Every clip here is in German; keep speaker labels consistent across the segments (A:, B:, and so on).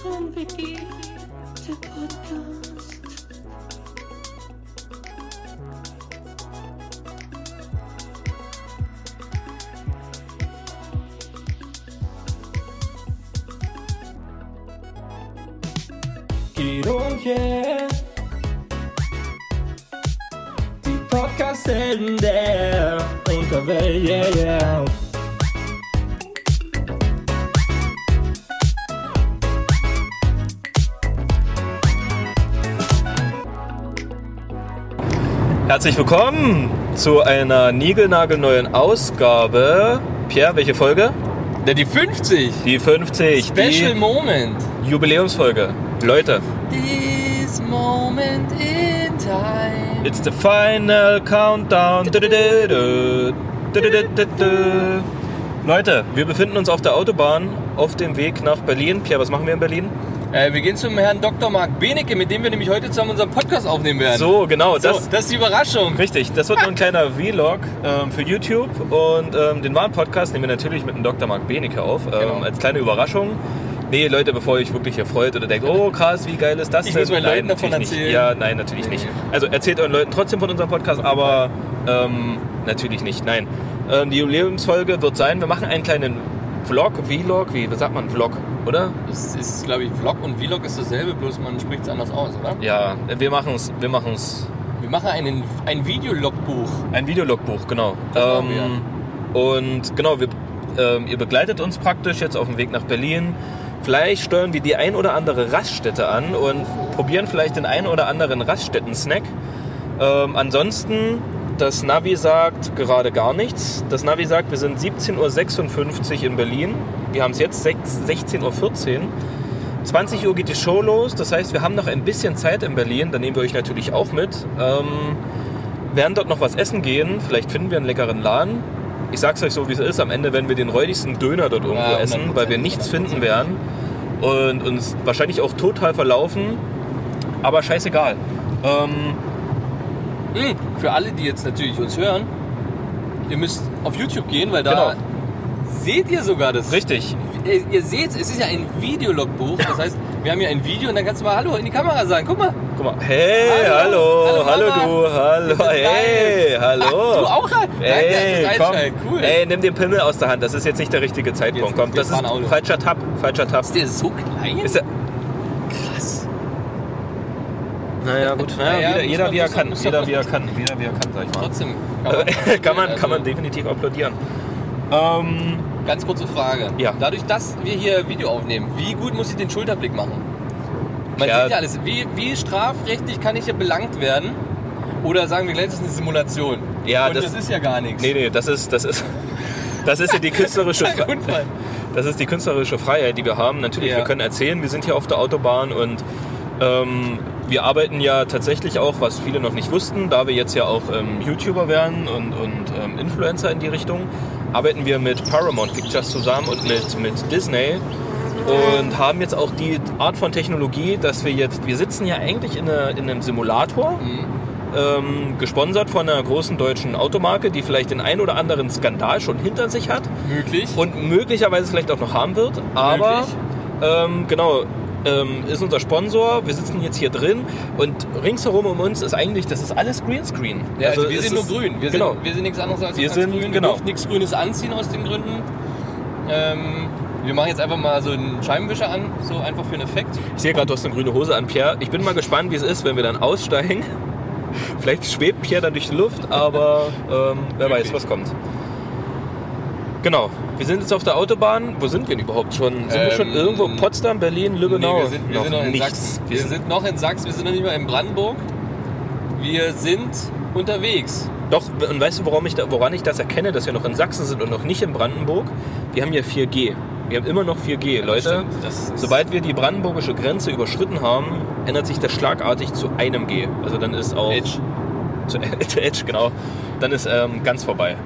A: Zahnwiki, der Podcast.
B: Geht und yeah. Die Podcast-Helden der Unterwelt, yeah, yeah.
C: Herzlich willkommen zu einer niegelnagelneuen Ausgabe. Pierre, welche Folge?
D: Ja, die 50.
C: Die 50,
D: Special Moment.
C: die Jubiläumsfolge. Leute,
D: This moment in time.
C: it's the final countdown. Du-du-du-du. Du-du-du-du-du. Leute, wir befinden uns auf der Autobahn auf dem Weg nach Berlin. Pierre, was machen wir in Berlin?
D: Äh, wir gehen zum Herrn Dr. Marc Benecke, mit dem wir nämlich heute zusammen unseren Podcast aufnehmen werden.
C: So, genau,
D: Ähm, So,
C: das,
D: das, ist die Überraschung.
C: Richtig, das wird nur ein kleiner Vlog ähm, für YouTube und ähm, den wahren Podcast nehmen wir natürlich mit dem Dr. Marc Benecke auf, ähm,
D: Genau.
C: als kleine Überraschung. Nee, Leute, bevor ihr euch wirklich hier freut oder denkt, oh krass, wie geil ist das
D: Ich
C: denn?
D: muss meinen Leuten davon
C: natürlich
D: erzählen.
C: Nicht. Ja, nein, natürlich
D: Nee,
C: nicht.
D: nee.
C: Also erzählt euren Leuten trotzdem von unserem Podcast, aber ähm, natürlich nicht, nein. Ähm, die Jubiläumsfolge wird sein, wir machen einen kleinen Vlog, Vlog, wie sagt man Vlog, oder?
D: Das ist, glaube ich, Vlog und Vlog ist dasselbe, bloß man spricht es anders aus, oder?
C: Ja, wir machen es, wir machen es
D: Wir machen einen, ein Videologbuch.
C: Ein Videologbuch, genau.
D: Das machen
C: Ähm, und genau, wir, ähm, ihr begleitet uns praktisch jetzt auf dem Weg nach Berlin. Vielleicht steuern wir die ein oder andere Raststätte an und probieren vielleicht den ein oder anderen Raststätten-Snack. Ähm, ansonsten, das Navi sagt gerade gar nichts. Das Navi sagt, wir sind 17.56 Uhr in Berlin. Wir haben es jetzt sechs- 16.14 Uhr. 20 Uhr geht die Show los, das heißt, wir haben noch ein bisschen Zeit in Berlin, da nehmen wir euch natürlich auch mit. Ähm, werden dort noch was essen gehen. Vielleicht finden wir einen leckeren Laden. Ich sag's euch so, wie es ist. Am Ende werden wir den räudigsten Döner dort irgendwo
D: Ja,
C: essen,
D: 100%,
C: weil wir nichts
D: 100%.
C: finden werden. Und uns wahrscheinlich auch total verlaufen. Aber scheißegal. Ähm,
D: Hm, Für alle, die jetzt natürlich uns hören, ihr müsst auf YouTube gehen, weil da
C: Genau.
D: seht ihr sogar das.
C: richtig.
D: Ihr, ihr seht, es ist ja ein Videologbuch. Das heißt, wir haben hier ein Video und dann kannst du mal Hallo in die Kamera sagen. Guck mal.
C: Guck mal. Hey, hallo,
D: Hallo, hallo,
C: hallo,
D: Mama.
C: du, hallo,
D: Wir sind
C: hey, hallo.
D: Ach, du auch? Nein,
C: Ey,
D: das ist
C: komm.
D: Einstein. Cool.
C: Ey, nimm den Pimmel aus der Hand. Das ist jetzt nicht der richtige Zeitpunkt.
D: Jetzt,
C: komm,
D: wir
C: das ist
D: fahren Auto.
C: falscher Tab, falscher Tab.
D: Ist der so klein?
C: Ist der,
D: krass.
C: naja, gut.
D: Naja,
C: Naja,
D: muss
C: jeder, jeder
D: man-
C: wie er
D: muss man-
C: kann.
D: muss man-
C: Jeder, wie er kann. Jeder, wie er kann, sag ich mal.
D: Trotzdem.
C: Äh, kann man,
D: also,
C: kann man definitiv applaudieren. Ähm,
D: Ganz kurze Frage.
C: Ja.
D: Dadurch, dass wir hier Video aufnehmen, wie gut muss ich den Schulterblick machen? Man
C: Ja.
D: sieht ja alles. Wie, wie strafrechtlich kann ich hier belangt werden? Oder sagen wir gleich, das ist eine Simulation.
C: Ja,
D: Und
C: das-
D: das, ist ja gar nichts.
C: nee, nee, das ist, das ist, das ist ja die künstlerische,
D: Ein
C: Fre-
D: Unfall.
C: das ist die künstlerische Freiheit, die wir haben. Natürlich,
D: Ja.
C: wir können erzählen, wir sind hier auf der Autobahn und ähm, wir arbeiten ja tatsächlich auch, was viele noch nicht wussten, da wir jetzt ja auch ähm, YouTuber werden und, und ähm, Influencer in die Richtung, arbeiten wir mit Paramount Pictures zusammen und mit, mit Disney und haben jetzt auch die Art von Technologie, dass wir jetzt, wir sitzen ja eigentlich in, einer- in einem Simulator.
D: Mhm.
C: ähm, gesponsert von einer großen deutschen Automarke, die vielleicht den ein oder anderen Skandal schon hinter sich hat
D: Möglich.
C: und möglicherweise vielleicht auch noch haben wird. Aber
D: Möglich.
C: ähm, genau, ähm, ist unser Sponsor. Wir sitzen jetzt hier drin und ringsherum um uns ist eigentlich, das ist alles Greenscreen.
D: Ja, also, wir
C: es
D: sind nur
C: ist-
D: grün. Wir,
C: genau.
D: sind, wir sind nichts anderes als,
C: Wir
D: als
C: sind-
D: grün. Wir
C: genau.
D: dürfen nichts Grünes anziehen aus den Gründen. Ähm, wir machen jetzt einfach mal so einen Scheibenwischer an, so einfach für einen Effekt.
C: Ich sehe gerade, du hast eine grüne Hose an, Pierre. Ich bin mal gespannt, wie es ist, wenn wir dann aussteigen. Vielleicht schwebt Pierre dann durch die Luft, aber ähm, wer weiß,
D: Wirklich.
C: was kommt. Genau, wir sind jetzt auf der Autobahn. Wo sind wir denn überhaupt schon? Sind wir schon
D: Ähm,
C: irgendwo? Potsdam, Berlin, Lübbenau?
D: Nee, wir sind, wir sind noch in
C: genau. nichts.
D: Sachsen.
C: Wir
D: Wir
C: sind,
D: sind noch in Sachsen, wir sind noch nicht mal in Brandenburg. Wir sind unterwegs.
C: doch, und weißt du, woran ich, da, woran ich das erkenne, dass wir noch in Sachsen sind und noch nicht in Brandenburg? Wir haben hier 4G. Wir haben immer noch 4G, Leute.
D: Stimmt, das ist-
C: Sobald wir die brandenburgische Grenze überschritten haben, ändert sich das schlagartig zu einem G. Also dann ist auch...
D: Edge.
C: zu zu Edge, genau. Dann ist ähm, ganz vorbei.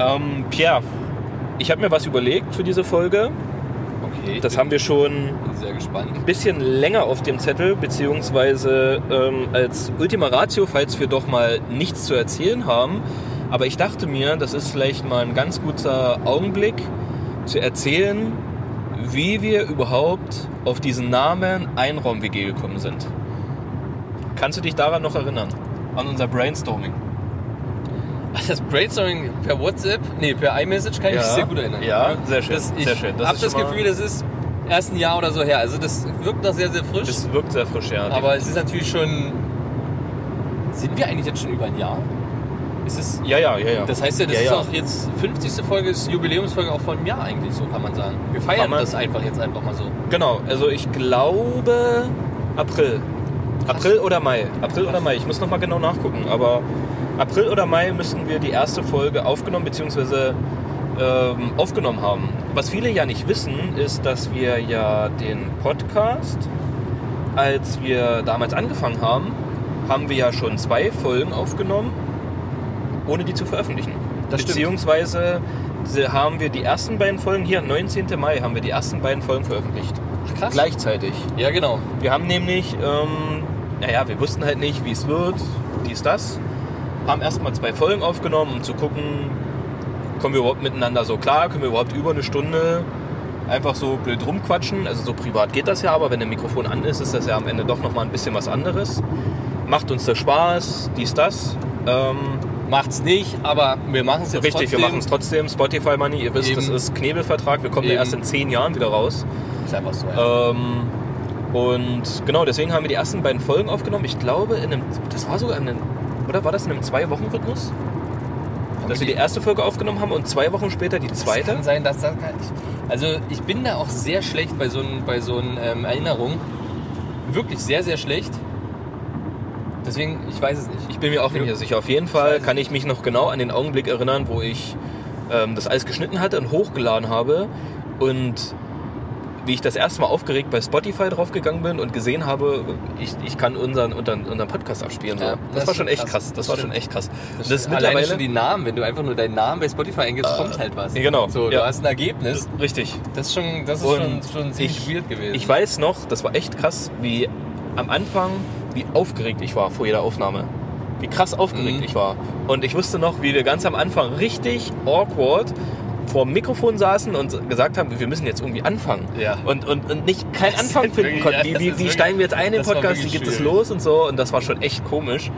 C: Ähm, Pierre, ich habe mir was überlegt für diese Folge.
D: Okay,
C: Das
D: ich
C: haben wir schon
D: bin sehr gespannt.
C: ein bisschen länger auf dem Zettel, beziehungsweise ähm, als Ultima Ratio, falls wir doch mal nichts zu erzählen haben. Aber ich dachte mir, das ist vielleicht mal ein ganz guter Augenblick zu erzählen, wie wir überhaupt auf diesen Namen Einraum-WG gekommen sind. Kannst du dich daran noch erinnern? An unser Brainstorming.
D: Das Brainstorming per WhatsApp, nee, per iMessage kann ich mich
C: Ja.
D: sehr gut erinnern.
C: Ja, sehr schön,
D: Das, ich
C: sehr schön. Das
D: habe
C: ist
D: das
C: schon mal-
D: Gefühl, das ist erst ein Jahr oder so her. Also das wirkt noch sehr, sehr frisch.
C: Das wirkt sehr frisch, ja.
D: aber es ist natürlich schon. Sind wir eigentlich jetzt schon über ein Jahr? Ist es,
C: ja, ja, ja, ja.
D: das heißt ja, das
C: ja,
D: ist
C: ja.
D: auch jetzt 50. Folge, ist Jubiläumsfolge auch von einem Jahr eigentlich, so kann man sagen. Wir
C: Kann
D: feiern
C: man-
D: das einfach jetzt einfach mal so.
C: Genau, also ich glaube April. April oder Mai. April oder Mai. Ich muss nochmal genau nachgucken. Aber April oder Mai müssten wir die erste Folge aufgenommen bzw. Ähm, aufgenommen haben. Was viele ja nicht wissen, ist, dass wir ja den Podcast, als wir damals angefangen haben, haben wir ja schon zwei Folgen aufgenommen, ohne die zu veröffentlichen.
D: Das stimmt.
C: Beziehungsweise se- haben wir die ersten beiden Folgen, hier 19. Mai haben wir die ersten beiden Folgen veröffentlicht.
D: Ach, krass.
C: Gleichzeitig.
D: Ja, genau.
C: Wir haben nämlich, ähm, naja, wir wussten halt nicht, wie es wird, dies, das. Haben erstmal zwei Folgen aufgenommen, um zu gucken, kommen wir überhaupt miteinander so klar, können wir überhaupt über eine Stunde einfach so blöd rumquatschen. Also so privat geht das ja, aber wenn ein Mikrofon an ist, ist das ja am Ende doch nochmal ein bisschen was anderes. Macht uns das Spaß, dies, das. Ähm,
D: Macht's nicht, aber wir machen es jetzt
C: richtig, wir
D: trotzdem.
C: machen es trotzdem. Spotify Money, ihr wisst,
D: Eben.
C: das ist Knebelvertrag. Wir kommen ja
D: Eben.
C: erst in zehn Jahren wieder raus.
D: Ist einfach so. Ja.
C: Ähm, und genau, deswegen haben wir die ersten beiden Folgen aufgenommen. Ich glaube, in einem, das war sogar in einem, oder war das in einem Zwei-Wochen-Rhythmus? Dass wir die erste Folge aufgenommen haben und zwei Wochen später die
D: Es
C: zweite.
D: kann sein, dass das gar nicht. Also ich bin da auch sehr schlecht bei so einen bei so einen, ähm, Erinnerungen. Wirklich sehr, sehr schlecht. Deswegen, ich weiß es nicht.
C: Ich bin mir auch nicht mehr sicher. Auf jeden Fall kann ich mich noch genau an den Augenblick erinnern, wo ich ähm, das Eis geschnitten hatte und hochgeladen habe. Und wie ich das erste Mal aufgeregt bei Spotify draufgegangen bin und gesehen habe, ich, ich kann unseren, unseren, unseren Podcast abspielen. So.
D: Ja,
C: das,
D: das
C: war schon
D: stimmt
C: echt
D: krass.
C: krass. Das,
D: Das
C: war
D: stimmt.
C: schon echt krass.
D: Das,
C: Das, ist
D: ist allein
C: mittlerweile
D: schon die Namen. Wenn du einfach nur deinen Namen bei Spotify eingibst, kommt halt was.
C: ja, genau.
D: So, du
C: Ja.
D: hast ein Ergebnis.
C: richtig.
D: Das ist schon, das ist schon,
C: Und
D: schon ziemlich
C: ich-
D: weird gewesen.
C: Ich weiß noch, das war echt krass, wie am Anfang, wie aufgeregt ich war vor jeder Aufnahme. Wie krass aufgeregt
D: Mhm.
C: ich war. Und ich wusste noch, wie wir ganz am Anfang richtig awkward vor dem Mikrofon saßen und gesagt haben, wir müssen jetzt irgendwie anfangen.
D: Ja.
C: Und, und, und nicht keinen
D: Das ist
C: Anfang finden
D: wirklich-
C: konnten.
D: ja,
C: Wie,
D: das
C: wie,
D: ist
C: wie
D: wirklich-
C: steigen wir jetzt ein in den
D: das war
C: Podcast? Wie
D: wirklich
C: geht es
D: schwierig.
C: los und so? Und das war schon echt komisch.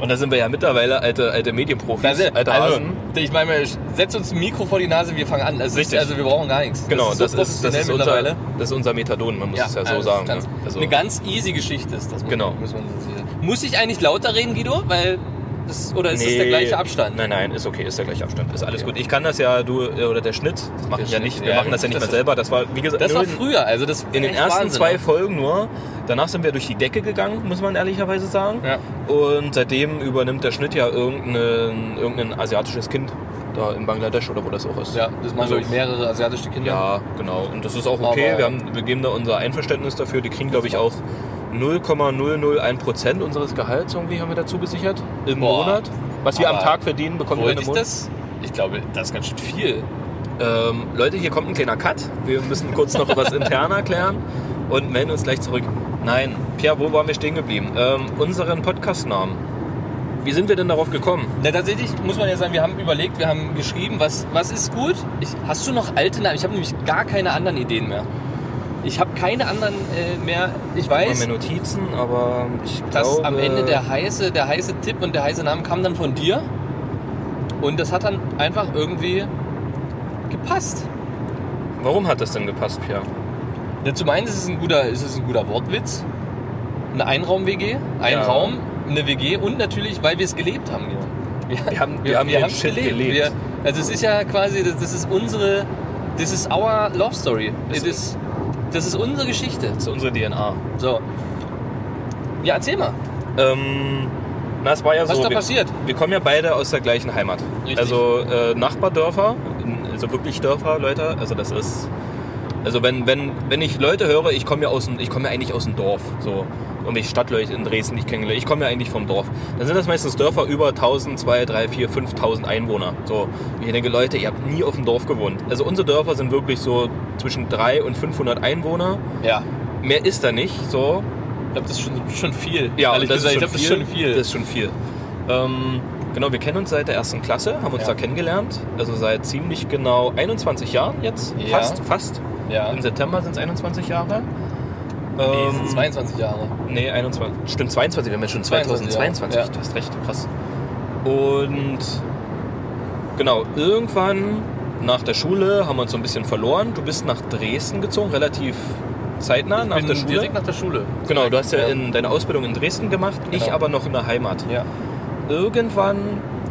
C: Und da sind wir ja mittlerweile alte, alte Medienprofis,
D: Das ist-
C: alte
D: also,
C: Hasen.
D: ich meine, setz uns ein Mikro vor die Nase, wir fangen an. Also,
C: Richtig.
D: also wir brauchen gar nichts.
C: Genau,
D: so
C: das ist, das, ist
D: professionell
C: unser,
D: mittlerweile.
C: das ist unser Methadon, man muss es ja so
D: also
C: sagen.
D: Ganz,
C: ne? Also-
D: Eine ganz easy Geschichte ist das. muss-
C: Genau.
D: Muss, man so sehen. muss ich eigentlich lauter reden, Guido? Weil das, oder ist das der
C: Nee.
D: gleiche Abstand?
C: Nein, nein, ist okay, ist der gleiche Abstand. Ist alles
D: Okay.
C: gut. Ich kann das ja, du, äh, oder der Schnitt, das machen
D: Der
C: wir ja
D: Schnitt,
C: nicht, wir
D: ja,
C: machen das ja
D: genau.
C: nicht
D: Das
C: mal selber. Das war, wie gesagt,
D: Das
C: nur
D: war
C: in-
D: früher, also das
C: in den
D: echt
C: ersten
D: Wahnsinn,
C: zwei
D: ne?
C: Folgen nur. Danach sind wir durch die Decke gegangen, muss man ehrlicherweise sagen.
D: Ja.
C: Und seitdem übernimmt der Schnitt ja irgendein, irgendein asiatisches Kind da in Bangladesch oder wo das auch ist. Also
D: Ja, das machen, glaube ich, mehrere asiatische Kinder.
C: Ja, genau. Und das ist auch okay.
D: Aber-
C: wir, haben, wir geben da unser Einverständnis dafür. Die kriegen, glaube ich, auch 0,001% unseres Gehalts irgendwie haben wir dazu gesichert im
D: Boah.
C: Monat. Was wir am
D: Aber
C: Tag verdienen, bekommen wir
D: Wollte
C: im
D: ich
C: Monat.
D: das? Ich glaube, das ist ganz schön viel.
C: Ähm, Leute, hier kommt ein kleiner Cut. Wir müssen kurz noch was interner klären und melden uns gleich zurück. Nein, Pierre, wo waren wir stehen geblieben? Ähm, unseren Podcast-Namen. Wie sind wir denn darauf gekommen?
D: Na, tatsächlich muss man ja sagen, wir haben überlegt, wir haben geschrieben, was, was ist gut. Ich, hast du noch alte Namen? Ich habe nämlich gar keine anderen Ideen mehr. Ich habe keine anderen äh, mehr. Ich
C: Ich
D: weiß,
C: meine Notizen, aber ich glaube...
D: dass am Ende der heiße, der heiße Tipp und der heiße Name kam dann von dir. Und das hat dann einfach irgendwie gepasst.
C: Warum hat das denn gepasst, Pierre?
D: Ja, zum einen ist es ein guter, ist es ein guter Wortwitz. Eine Einraum-WG, ein
C: Ja.
D: Raum, eine WG und natürlich, weil wir es gelebt haben. Wir,
C: Wir haben- wir haben den
D: es
C: Shit gelebt.
D: Wir, also es ist ja quasi, das, das ist unsere, das ist our Love Story.
C: Das
D: Das, ist, das ist unsere Geschichte.
C: Das ist unsere DNA.
D: So. Ja, erzähl mal,
C: Ähm, na, es war ja
D: was
C: so...
D: ist da
C: wir-
D: passiert?
C: Wir kommen ja beide aus der gleichen Heimat.
D: Richtig.
C: Also äh, Nachbardörfer, also wirklich Dörfer, Leute. Also das ist. Also wenn, wenn, wenn ich Leute höre, ich komme ja aus dem, ich komme ja eigentlich aus dem Dorf. So. Und wenn ich Stadtleute in Dresden nicht kennengelernt, ich komme ja eigentlich vom Dorf. Dann sind das meistens Dörfer über 1000, 2, 3, 4, 5000 Einwohner. So. Und ich denke, Leute, ihr habt nie auf dem Dorf gewohnt. Also unsere Dörfer sind wirklich so zwischen 3 und 500 Einwohner.
D: Ja,
C: Mehr ist da nicht. So.
D: ich glaube, das ist schon, schon viel.
C: Ja,
D: Ehrlich
C: das,
D: gesagt,
C: ist
D: ich
C: schon
D: glaube,
C: viel.
D: das ist schon viel.
C: Das ist schon viel. Ähm, genau, wir kennen uns seit der ersten Klasse, haben uns
D: Ja.
C: da kennengelernt. Also seit ziemlich genau 21 Jahren jetzt.
D: Ja.
C: Fast, fast.
D: Ja.
C: Im September sind es 21 Jahre.
D: Nee, es
C: Ähm,
D: sind 22 Jahre.
C: Nee, 21. Stimmt, 22. Wir haben ja schon
D: 22,
C: 2022.
D: ja.
C: Du hast recht, krass. Und genau, irgendwann nach der Schule haben wir uns so ein bisschen verloren. Du bist nach Dresden gezogen, relativ zeitnah nach
D: Bin
C: der Schule.
D: Direkt nach der Schule.
C: genau, du hast ja
D: Ja.
C: in, deine Ausbildung in Dresden gemacht, ich
D: Genau.
C: aber noch in der Heimat.
D: Ja.
C: Irgendwann,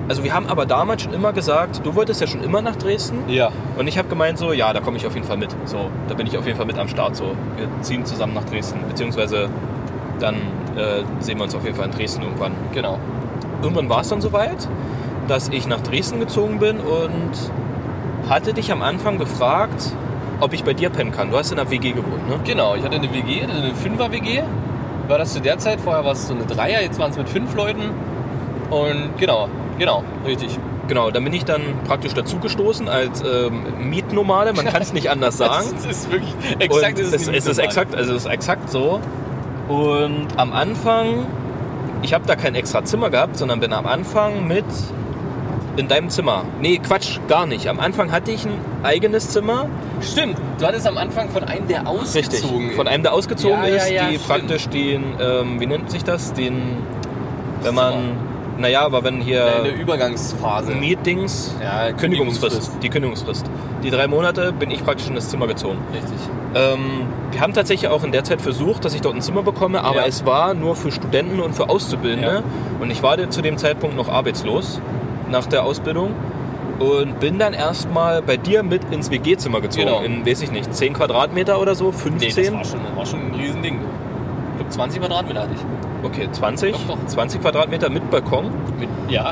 C: also wir haben aber damals schon immer gesagt, du wolltest ja schon immer nach Dresden.
D: Ja.
C: Und ich habe gemeint so, ja, da komme ich auf jeden Fall mit. So, da bin ich auf jeden Fall mit am Start. So, wir ziehen zusammen nach Dresden, beziehungsweise dann äh, sehen wir uns auf jeden Fall in Dresden irgendwann.
D: Genau.
C: Irgendwann war es dann soweit, dass ich nach Dresden gezogen bin und hatte dich am Anfang gefragt, ob ich bei dir pennen kann. Du hast in einer WG gewohnt, ne?
D: Genau, ich hatte eine WG, eine Fünfer-WG. War das zu der Zeit? Vorher war es so eine Dreier, jetzt waren es mit fünf Leuten. Und genau, genau, richtig.
C: Genau, dann bin ich dann praktisch dazugestoßen als ähm, Mietnomade. Man kann es nicht anders sagen.
D: Das ist wirklich
C: Und
D: exakt.
C: es, es, ist exakt, also es ist exakt so. Und am Anfang, ich habe da kein extra Zimmer gehabt, sondern bin am Anfang mit in deinem Zimmer. Nee, Quatsch, gar nicht. Am Anfang hatte ich ein eigenes Zimmer,
D: Stimmt, du hattest am Anfang von einem, der
C: richtig,
D: ausgezogen ist.
C: von einem, der ausgezogen
D: Ja, ja,
C: ist,
D: ja,
C: die
D: stimmt.
C: praktisch den, ähm, wie nennt sich das, den,
D: Zimmer.
C: wenn man, naja, aber wenn
D: Eine
C: hier
D: Übergangsphase.
C: Meetings,
D: Ja,
C: Kündigungsfrist, die Kündigungsfrist, die drei Monate bin ich praktisch in das Zimmer gezogen.
D: Richtig.
C: Ähm, wir haben tatsächlich auch in der Zeit versucht, dass ich dort ein Zimmer bekomme, aber
D: Ja.
C: es war nur für Studenten und für Auszubildende.
D: Ja.
C: Und ich war zu dem Zeitpunkt noch arbeitslos nach der Ausbildung und bin dann erstmal bei dir mit ins WG-Zimmer gezogen.
D: Genau.
C: In, weiß ich nicht, 10 Quadratmeter oder so,
D: Nee,
C: 15?
D: das war schon, war schon ein Riesending. Ich glaube, 20 Quadratmeter hatte ich.
C: okay, 20.
D: Doch, doch.
C: 20 Quadratmeter mit Balkon
D: Mit, ja,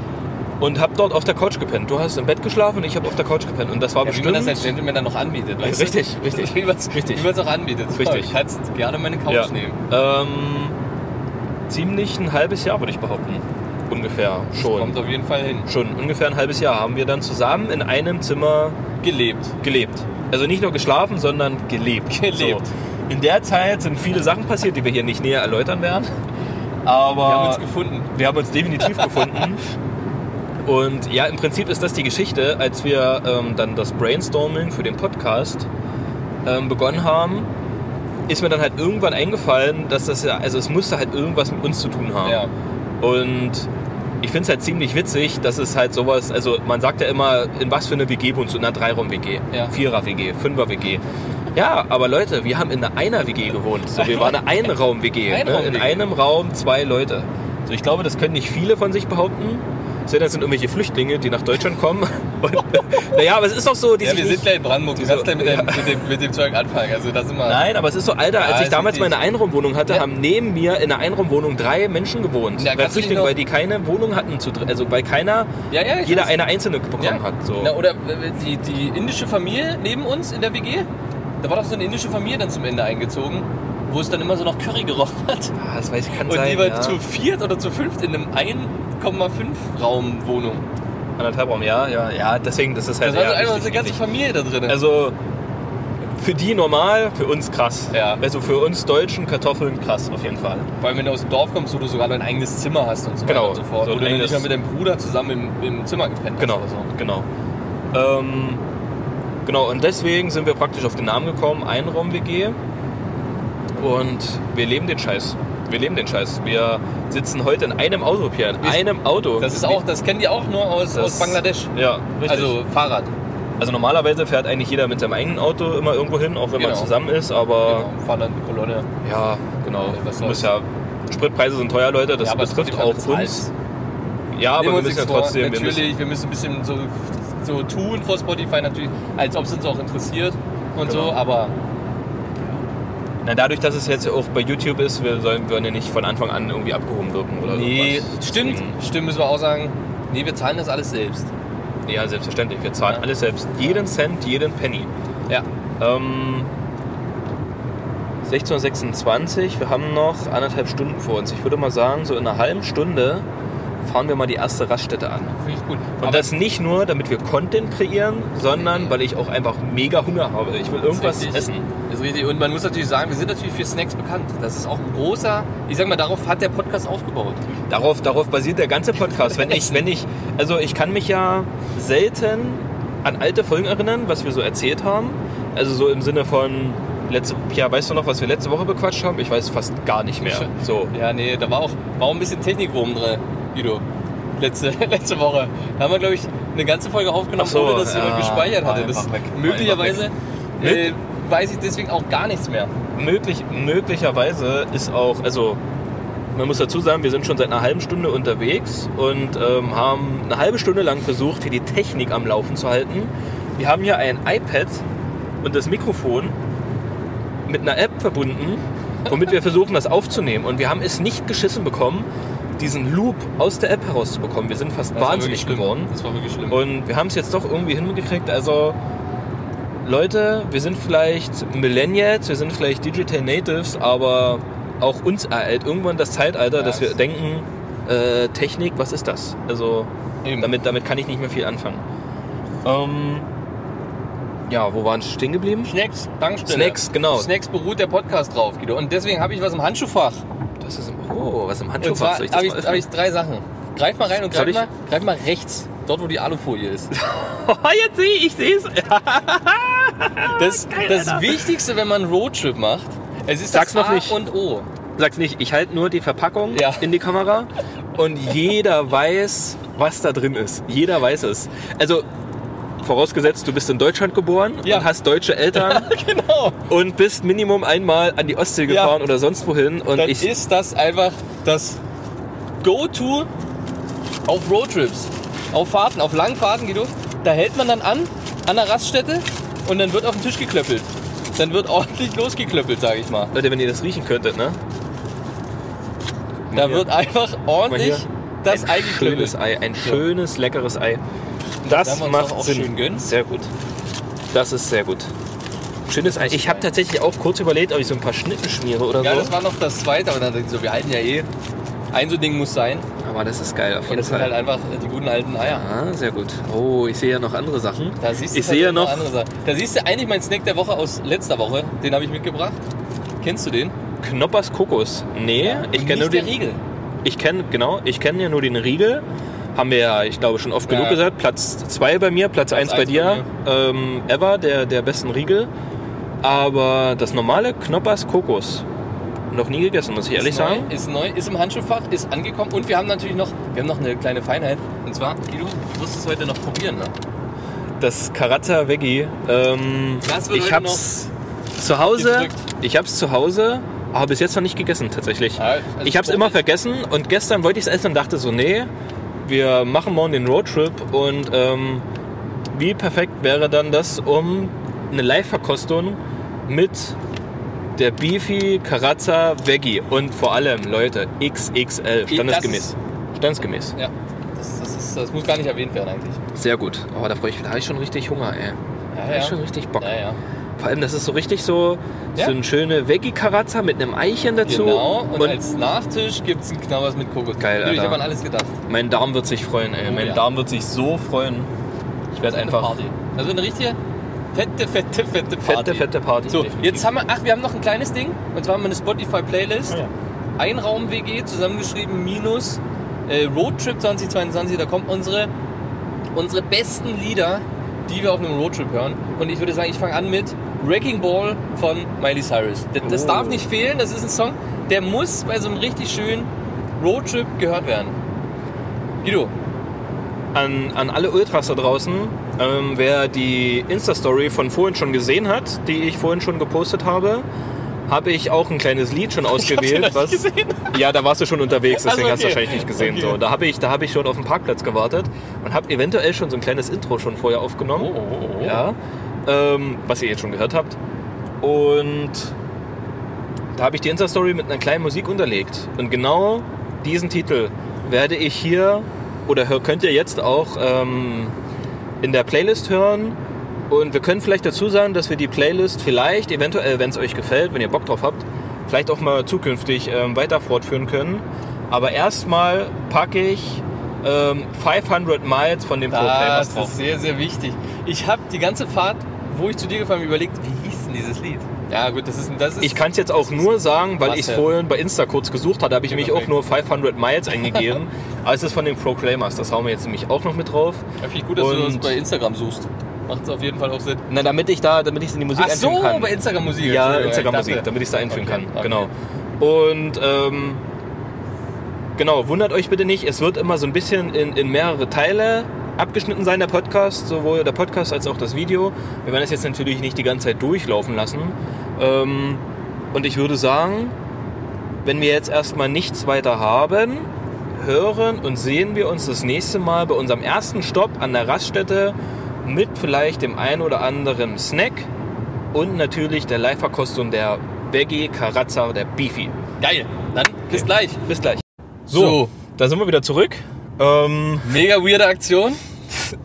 C: und habe dort auf der Couch gepennt. Du hast im Bett geschlafen und ich habe auf der Couch gepennt. Und das war
D: ja wie
C: bestimmt...
D: man das als Gentleman dann noch anbietet. Weißt du?
C: Richtig, richtig.
D: Wie man es
C: Richtig.
D: auch anbietet.
C: Richtig.
D: Ich kann gerne meine Couch
C: Ja.
D: nehmen.
C: ähm, ziemlich ein halbes Jahr, würde ich behaupten. Ungefähr schon.
D: Kommt auf jeden Fall hin.
C: Schon ungefähr ein halbes Jahr haben wir dann zusammen in einem Zimmer
D: Gelebt.
C: gelebt. Also nicht nur geschlafen, sondern gelebt.
D: Gelebt.
C: So. In der Zeit sind viele Sachen passiert, die wir hier nicht näher erläutern werden. Aber
D: Wir haben uns gefunden.
C: wir haben uns definitiv gefunden. Und ja, im Prinzip ist das die Geschichte, als wir ähm, dann das Brainstorming für den Podcast ähm, begonnen haben, ist mir dann halt irgendwann eingefallen, dass das ja, also es musste halt irgendwas mit uns zu tun haben.
D: Ja.
C: Und ich finde es halt ziemlich witzig, dass es halt sowas, also man sagt ja immer, in was für eine WG wohnst du? In einer Dreiraum-WG,
D: Ja.
C: Vierer-WG, Fünfer-WG. Ja, aber Leute, wir haben in einer Einer-WG gewohnt. So, wir waren eine Einraum-WG. ne?
D: Einraum-WG.
C: In einem Raum zwei Leute. So, ich glaube, das können nicht viele von sich behaupten. Sondern das sind irgendwelche Flüchtlinge, die nach Deutschland kommen. Und, naja, aber es ist doch so, die
D: Ja,
C: sich
D: wir
C: nicht-
D: sind gleich in Brandenburg. Du
C: Diese-
D: kannst gleich mit, dem, mit, dem, mit dem Zeug anfangen. Also da sind wir.
C: Nein, aber es ist so, Alter,
D: Ja,
C: als ich
D: ist
C: damals
D: richtig.
C: meine Einraumwohnung hatte,
D: Ja.
C: haben neben mir in der Einraumwohnung drei Menschen gewohnt.
D: Ja,
C: weil
D: kannst du dich
C: Flüchtlinge,
D: noch-
C: weil die keine Wohnung hatten, zu, dr- also weil keiner,
D: Ja, ja, ich
C: jeder
D: weiß.
C: eine einzelne bekommen
D: ja.
C: hat. So.
D: Na, oder äh, die, die indische Familie neben uns in der WG. Da war doch so eine indische Familie dann zum Ende eingezogen, wo es dann immer so nach Curry gerochen hat.
C: Ah, das weiß ich, kann
D: Und
C: sein.
D: die war
C: ja.
D: zu viert oder zu fünft in einem 1,5 Raum Wohnung.
C: anderthalb Raum, ja, ja, ja, deswegen, das ist
D: Das
C: halt.
D: war so
C: ja,
D: einfach
C: richtig
D: eine ganze
C: eklig.
D: Familie da drin.
C: Also für die normal, für uns krass.
D: Ja.
C: Also für uns Deutschen Kartoffeln krass auf jeden Fall.
D: Vor allem, wenn du aus dem Dorf kommst, wo du sogar dein eigenes Zimmer hast und so
C: Genau.
D: weiter und so fort.
C: So
D: So
C: ein
D: wo du dann
C: eigenes-
D: nicht mal mit deinem Bruder zusammen im, im Zimmer gepennt hast
C: Genau,
D: oder so.
C: genau. Ähm, genau, und deswegen sind wir praktisch auf den Namen gekommen, Einraum-WG. Und wir leben den Scheiß. Wir leben den Scheiß. Wir sitzen heute in einem Auto, Pierre. In
D: Ist-
C: einem Auto.
D: Das ist auch, das kennen die auch nur aus,
C: Das-
D: aus Bangladesch.
C: Ja, richtig.
D: Also Fahrrad.
C: also normalerweise fährt eigentlich jeder mit seinem eigenen Auto immer irgendwo hin, auch wenn man
D: Genau.
C: zusammen ist, aber
D: Genau, fahren dann Kolonne.
C: ja, genau.
D: Was
C: Du musst
D: soll's.
C: ja, Spritpreise sind teuer, Leute, das
D: Ja, aber es
C: betrifft
D: gibt ja
C: auch
D: bezahlt.
C: uns. Ja, aber
D: Nehmen
C: wir
D: uns
C: müssen ja
D: nichts vor.
C: trotzdem, wir
D: Natürlich,
C: müssen,
D: wir müssen ein bisschen so, so tun vor Spotify, natürlich, als ob es uns auch interessiert und
C: Genau.
D: so, aber
C: na, dadurch, dass es jetzt auch bei YouTube ist, wir sollen, wollen ja nicht von Anfang an irgendwie abgehoben wirken oder
D: nee,
C: irgendwas.
D: Äh, stimmt,
C: Deswegen-
D: stimmt, müssen wir auch sagen, nee, wir zahlen das alles selbst.
C: Ja, selbstverständlich. Wir zahlen
D: Ja.
C: alles selbst. Jeden Cent, jeden Penny.
D: Ja,
C: Ähm, 16.26 Uhr, wir haben noch anderthalb Stunden vor uns. Ich würde mal sagen, so in einer halben Stunde fahren wir mal die erste Raststätte an.
D: finde ich gut.
C: Und das nicht nur, damit wir Content kreieren, sondern weil ich auch einfach mega Hunger habe. Ich will irgendwas
D: Ist richtig.
C: essen.
D: Ist richtig. Und man muss natürlich sagen, wir sind natürlich für Snacks bekannt. Das ist auch ein großer, ich sag mal, darauf hat der Podcast aufgebaut.
C: Darauf, darauf basiert der ganze Podcast. Wenn ich, wenn ich, also ich kann mich ja selten an alte Folgen erinnern, was wir so erzählt haben. Also so im Sinne von, letzte, Pia, weißt du noch, was wir letzte Woche bequatscht haben? Ich weiß fast gar nicht mehr. So.
D: Ja, nee, da war auch, war auch ein bisschen Technikwurm drin, Guido. Letzte, letzte Woche. Da haben wir, glaube ich, eine ganze Folge aufgenommen,
C: Ach so,
D: ohne dass
C: ja,
D: jemand gespeichert hatte.
C: war
D: Das
C: einfach weg, war
D: möglicherweise
C: weg.
D: äh, weiß ich deswegen auch gar nichts mehr.
C: Möglich, möglicherweise ist auch, also man muss dazu sagen, wir sind schon seit einer halben Stunde unterwegs und ähm, haben eine halbe Stunde lang versucht, hier die Technik am Laufen zu halten. Wir haben hier ein iPad und das Mikrofon mit einer App verbunden, womit wir versuchen, das aufzunehmen. Und wir haben es nicht geschissen bekommen, diesen Loop aus der App herauszubekommen. Wir sind fast
D: Das war wirklich
C: wahnsinnig
D: schlimm.
C: geworden.
D: Das war wirklich schlimm.
C: Und wir haben es jetzt doch irgendwie hingekriegt. Also, Leute, wir sind vielleicht Millennials, wir sind vielleicht Digital Natives, aber auch uns ereilt irgendwann das Zeitalter,
D: Ja,
C: dass wir
D: es-
C: denken, äh, Technik, was ist das? Also,
D: Eben.
C: damit, damit kann ich nicht mehr viel anfangen. Ähm, ja, wo waren wir stehen geblieben?
D: Snacks, Tankstelle.
C: Snacks, genau.
D: Snacks beruht der Podcast drauf, Guido. Und deswegen habe ich was im Handschuhfach.
C: Das ist im, oh, was im
D: Und
C: Handschuhfach.
D: zwar
C: Soll
D: habe
C: ich
D: ich,
C: das mal
D: hab
C: öffnen?
D: ich drei Sachen. Greif mal rein und
C: Soll
D: greif
C: ich-
D: mal, greif mal rechts, dort wo die Alufolie ist.
C: jetzt sehe ich, ich sehe es.
D: Das, das Wichtigste, wenn man einen Roadtrip macht, es ist
C: Sag's
D: das
C: noch
D: A
C: nicht.
D: und O.
C: Sag's nicht, ich halte nur die Verpackung
D: Ja.
C: in die Kamera und jeder weiß, was da drin ist. Jeder weiß es. Also vorausgesetzt, du bist in Deutschland geboren
D: Ja.
C: und hast deutsche Eltern
D: Genau.
C: und bist Minimum einmal an die Ostsee
D: Ja.
C: gefahren oder sonst wohin und
D: Dann
C: ich
D: ist das einfach das Go-To auf Roadtrips, auf Fahrten, auf Langfahrten, Guido. Da hält man dann an, an der Raststätte und dann wird auf den Tisch geklöppelt. Dann wird ordentlich losgeklöppelt, sage ich mal.
C: Leute, wenn ihr das riechen könntet, ne?
D: Da
C: hier.
D: wird einfach ordentlich
C: hier.
D: das Ei
C: ein schönes
D: geklöppelt.
C: Ei, ein schönes leckeres Ei. Das
D: Werden wir uns doch
C: macht
D: auch
C: Sinn.
D: schön gönnen.
C: Sehr gut. Das ist sehr gut. Schönes Ei. Ich habe tatsächlich auch kurz überlegt, ob ich so ein paar Schnitten schmiere oder
D: Ja,
C: so.
D: das war noch das Zweite, aber dann denke ich so, wir halten ja eh. Ein so Ding muss sein.
C: Aber das ist geil auf
D: Und
C: jeden
D: das sind
C: Fall.
D: halt einfach die guten alten Eier.
C: Ah, sehr gut. Oh, ich sehe ja noch andere Sachen.
D: Da siehst du
C: ich sehe ja
D: tatsächlich
C: noch.
D: andere Sachen. Da siehst du eigentlich meinen Snack der Woche aus letzter Woche. Den habe ich mitgebracht. Kennst du den?
C: Knoppers Kokos. Nee, ich kenne nur
D: den
C: den.
D: Riegel.
C: Ich kenne, genau, ich kenne ja nur den Riegel. Haben wir ja, ich glaube, schon oft
D: Ja.
C: genug gesagt. Platz 2 bei mir, Platz 1 bei
D: eins bei
C: dir. ähm, ever, der, der besten Riegel. Aber das normale Knoppers Kokos. Noch nie gegessen, muss ich ehrlich
D: ist
C: sagen.
D: Neu, ist neu, ist im Handschuhfach, ist angekommen. Und wir haben natürlich noch, wir haben noch eine kleine Feinheit. Und zwar, Guido, du musst es heute noch probieren. Ne?
C: Das Karatza Veggie. Ähm,
D: Das wird
C: ich
D: heute
C: hab's zu Hause.
D: gedrückt.
C: Ich hab's zu Hause, aber bis jetzt noch nicht gegessen tatsächlich.
D: Ja, also
C: ich hab's
D: probier-
C: immer vergessen und gestern wollte ich's essen und dachte so, nee, wir machen morgen den Roadtrip und ähm, wie perfekt wäre dann das um eine Live-Verkostung mit der Beefy Karatza Veggie und vor allem, Leute, XXL, standesgemäß.
D: ist-
C: Standesgemäß.
D: Ja, das, das, ist, das muss gar nicht erwähnt werden eigentlich.
C: Sehr gut. Aber da freue ich mich, da habe ich schon richtig Hunger, ey. Da habe ich schon richtig Bock.
D: Ja, ja.
C: Vor allem, das ist so richtig so,
D: Ja.
C: so eine schöne Veggie-Karazza mit einem Eichchen dazu.
D: Genau, und,
C: Und
D: als Nachtisch gibt es einen Knabbers mit Kokos.
C: Geil,
D: Guido, Ich
C: Alter. Halt
D: habe an alles gedacht.
C: mein Darm wird sich freuen, ey.
D: Oh,
C: mein
D: ja.
C: Darm wird sich so freuen. Ich werde
D: Eine
C: einfach
D: Party. Also eine richtige fette, fette, fette Party.
C: fette, fette Party.
D: So,
C: definitiv.
D: jetzt haben wir, ach, wir haben noch ein kleines Ding. Und zwar haben wir eine Spotify-Playlist.
C: Ah, ja.
D: Einraum-WG zusammengeschrieben minus äh, Roadtrip 2022. Da kommen unsere, unsere besten Lieder, die wir auf einem Roadtrip hören. Und ich würde sagen, ich fange an mit Wrecking Ball von Miley Cyrus. Das, das
C: Oh.
D: darf nicht fehlen. Das ist ein Song, der muss bei so einem richtig schönen Roadtrip gehört werden. Guido,
C: an, an alle Ultras da draußen, ähm, wer die Insta-Story von vorhin schon gesehen hat, die ich vorhin schon gepostet habe, habe ich auch ein kleines Lied schon ausgewählt.
D: noch nicht gesehen.
C: Ja, da warst du schon unterwegs, deswegen
D: Also,
C: hast du
D: okay.
C: wahrscheinlich nicht gesehen.
D: Okay.
C: So, da habe ich, da habe ich schon auf dem Parkplatz gewartet und habe eventuell schon so ein kleines Intro schon vorher aufgenommen.
D: Oh, oh, oh, oh.
C: Ja, ähm, was ihr jetzt schon gehört habt. Und da habe ich die Insta-Story mit einer kleinen Musik unterlegt. Und genau diesen Titel werde ich hier oder hör- könnt ihr jetzt auch ähm, in der Playlist hören. Und wir können vielleicht dazu sagen, dass wir die Playlist vielleicht, eventuell, wenn es euch gefällt, wenn ihr Bock drauf habt, vielleicht auch mal zukünftig ähm, weiter fortführen können. Aber erstmal packe ich ähm, 500 Miles von dem Proclaimers
D: das
C: drauf.
D: ist sehr, sehr wichtig. Ich habe die ganze Fahrt, wo ich zu dir gefahren bin, überlegt, wie hieß denn dieses Lied? Ja gut, das ist... Das ist
C: Ich kann es jetzt auch nur sagen, weil ich es
D: Marcel.
C: vorhin bei Insta kurz gesucht hatte, habe ich mich auch
D: perfekt.
C: nur 500 Miles eingegeben. Aber es ist von den Proclaimers, das hauen wir jetzt nämlich auch noch mit drauf.
D: Ja, Finde ich gut, dass du
C: Und-
D: das bei Instagram suchst. Macht es auf jeden Fall auch Sinn.
C: Na, damit ich da, damit ich es in die Musik
D: Ach
C: einfügen
D: so,
C: kann.
D: bei Instagram Musik.
C: ja,
D: Entschuldigung,
C: Instagram
D: ich
C: Musik,
D: dachte-
C: damit ich es da einfügen
D: Okay,
C: kann.
D: okay.
C: Genau. Und ähm, genau, wundert euch bitte nicht, es wird immer so ein bisschen in, in mehrere Teile abgeschnitten sein, der Podcast, sowohl der Podcast als auch das Video. Wir werden es jetzt natürlich nicht die ganze Zeit durchlaufen lassen. Ähm, und ich würde sagen, wenn wir jetzt erstmal nichts weiter haben, hören und sehen wir uns das nächste Mal bei unserem ersten Stopp an der Raststätte mit vielleicht dem ein oder anderen Snack und natürlich der Live-Verkostung der Veggie Carazza, der Beefy.
D: Geil. Dann bis gleich.
C: Bis gleich. So,
D: So.
C: da sind wir wieder zurück. Ähm,
D: Mega weirde Aktion.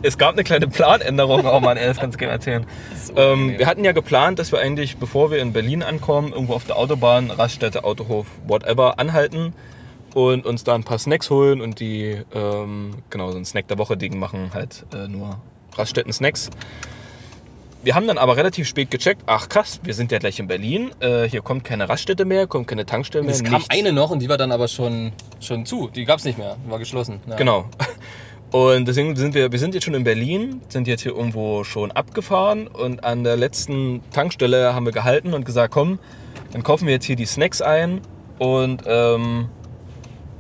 C: es gab eine kleine Planänderung. Oh Mann, ey, das kannst du gerne erzählen. Ähm, wir hatten ja geplant, dass wir eigentlich, bevor wir in Berlin ankommen, irgendwo auf der Autobahn, Raststätte, Autohof, whatever, anhalten und uns da ein paar Snacks holen und die, ähm, genau, so ein Snack der Woche-Ding machen, halt äh, nur Raststätten-Snacks. Wir haben dann aber relativ spät gecheckt, ach krass, wir sind ja gleich in Berlin, äh, hier kommt keine Raststätte mehr, kommt keine Tankstelle mehr.
D: Es kam
C: nichts.
D: eine noch und die war dann aber schon, schon zu. Die gab es nicht mehr. War geschlossen. Ja.
C: Genau. Und deswegen sind wir, wir sind jetzt schon in Berlin, sind jetzt hier irgendwo schon abgefahren und an der letzten Tankstelle haben wir gehalten und gesagt, komm, dann kaufen wir jetzt hier die Snacks ein und ähm,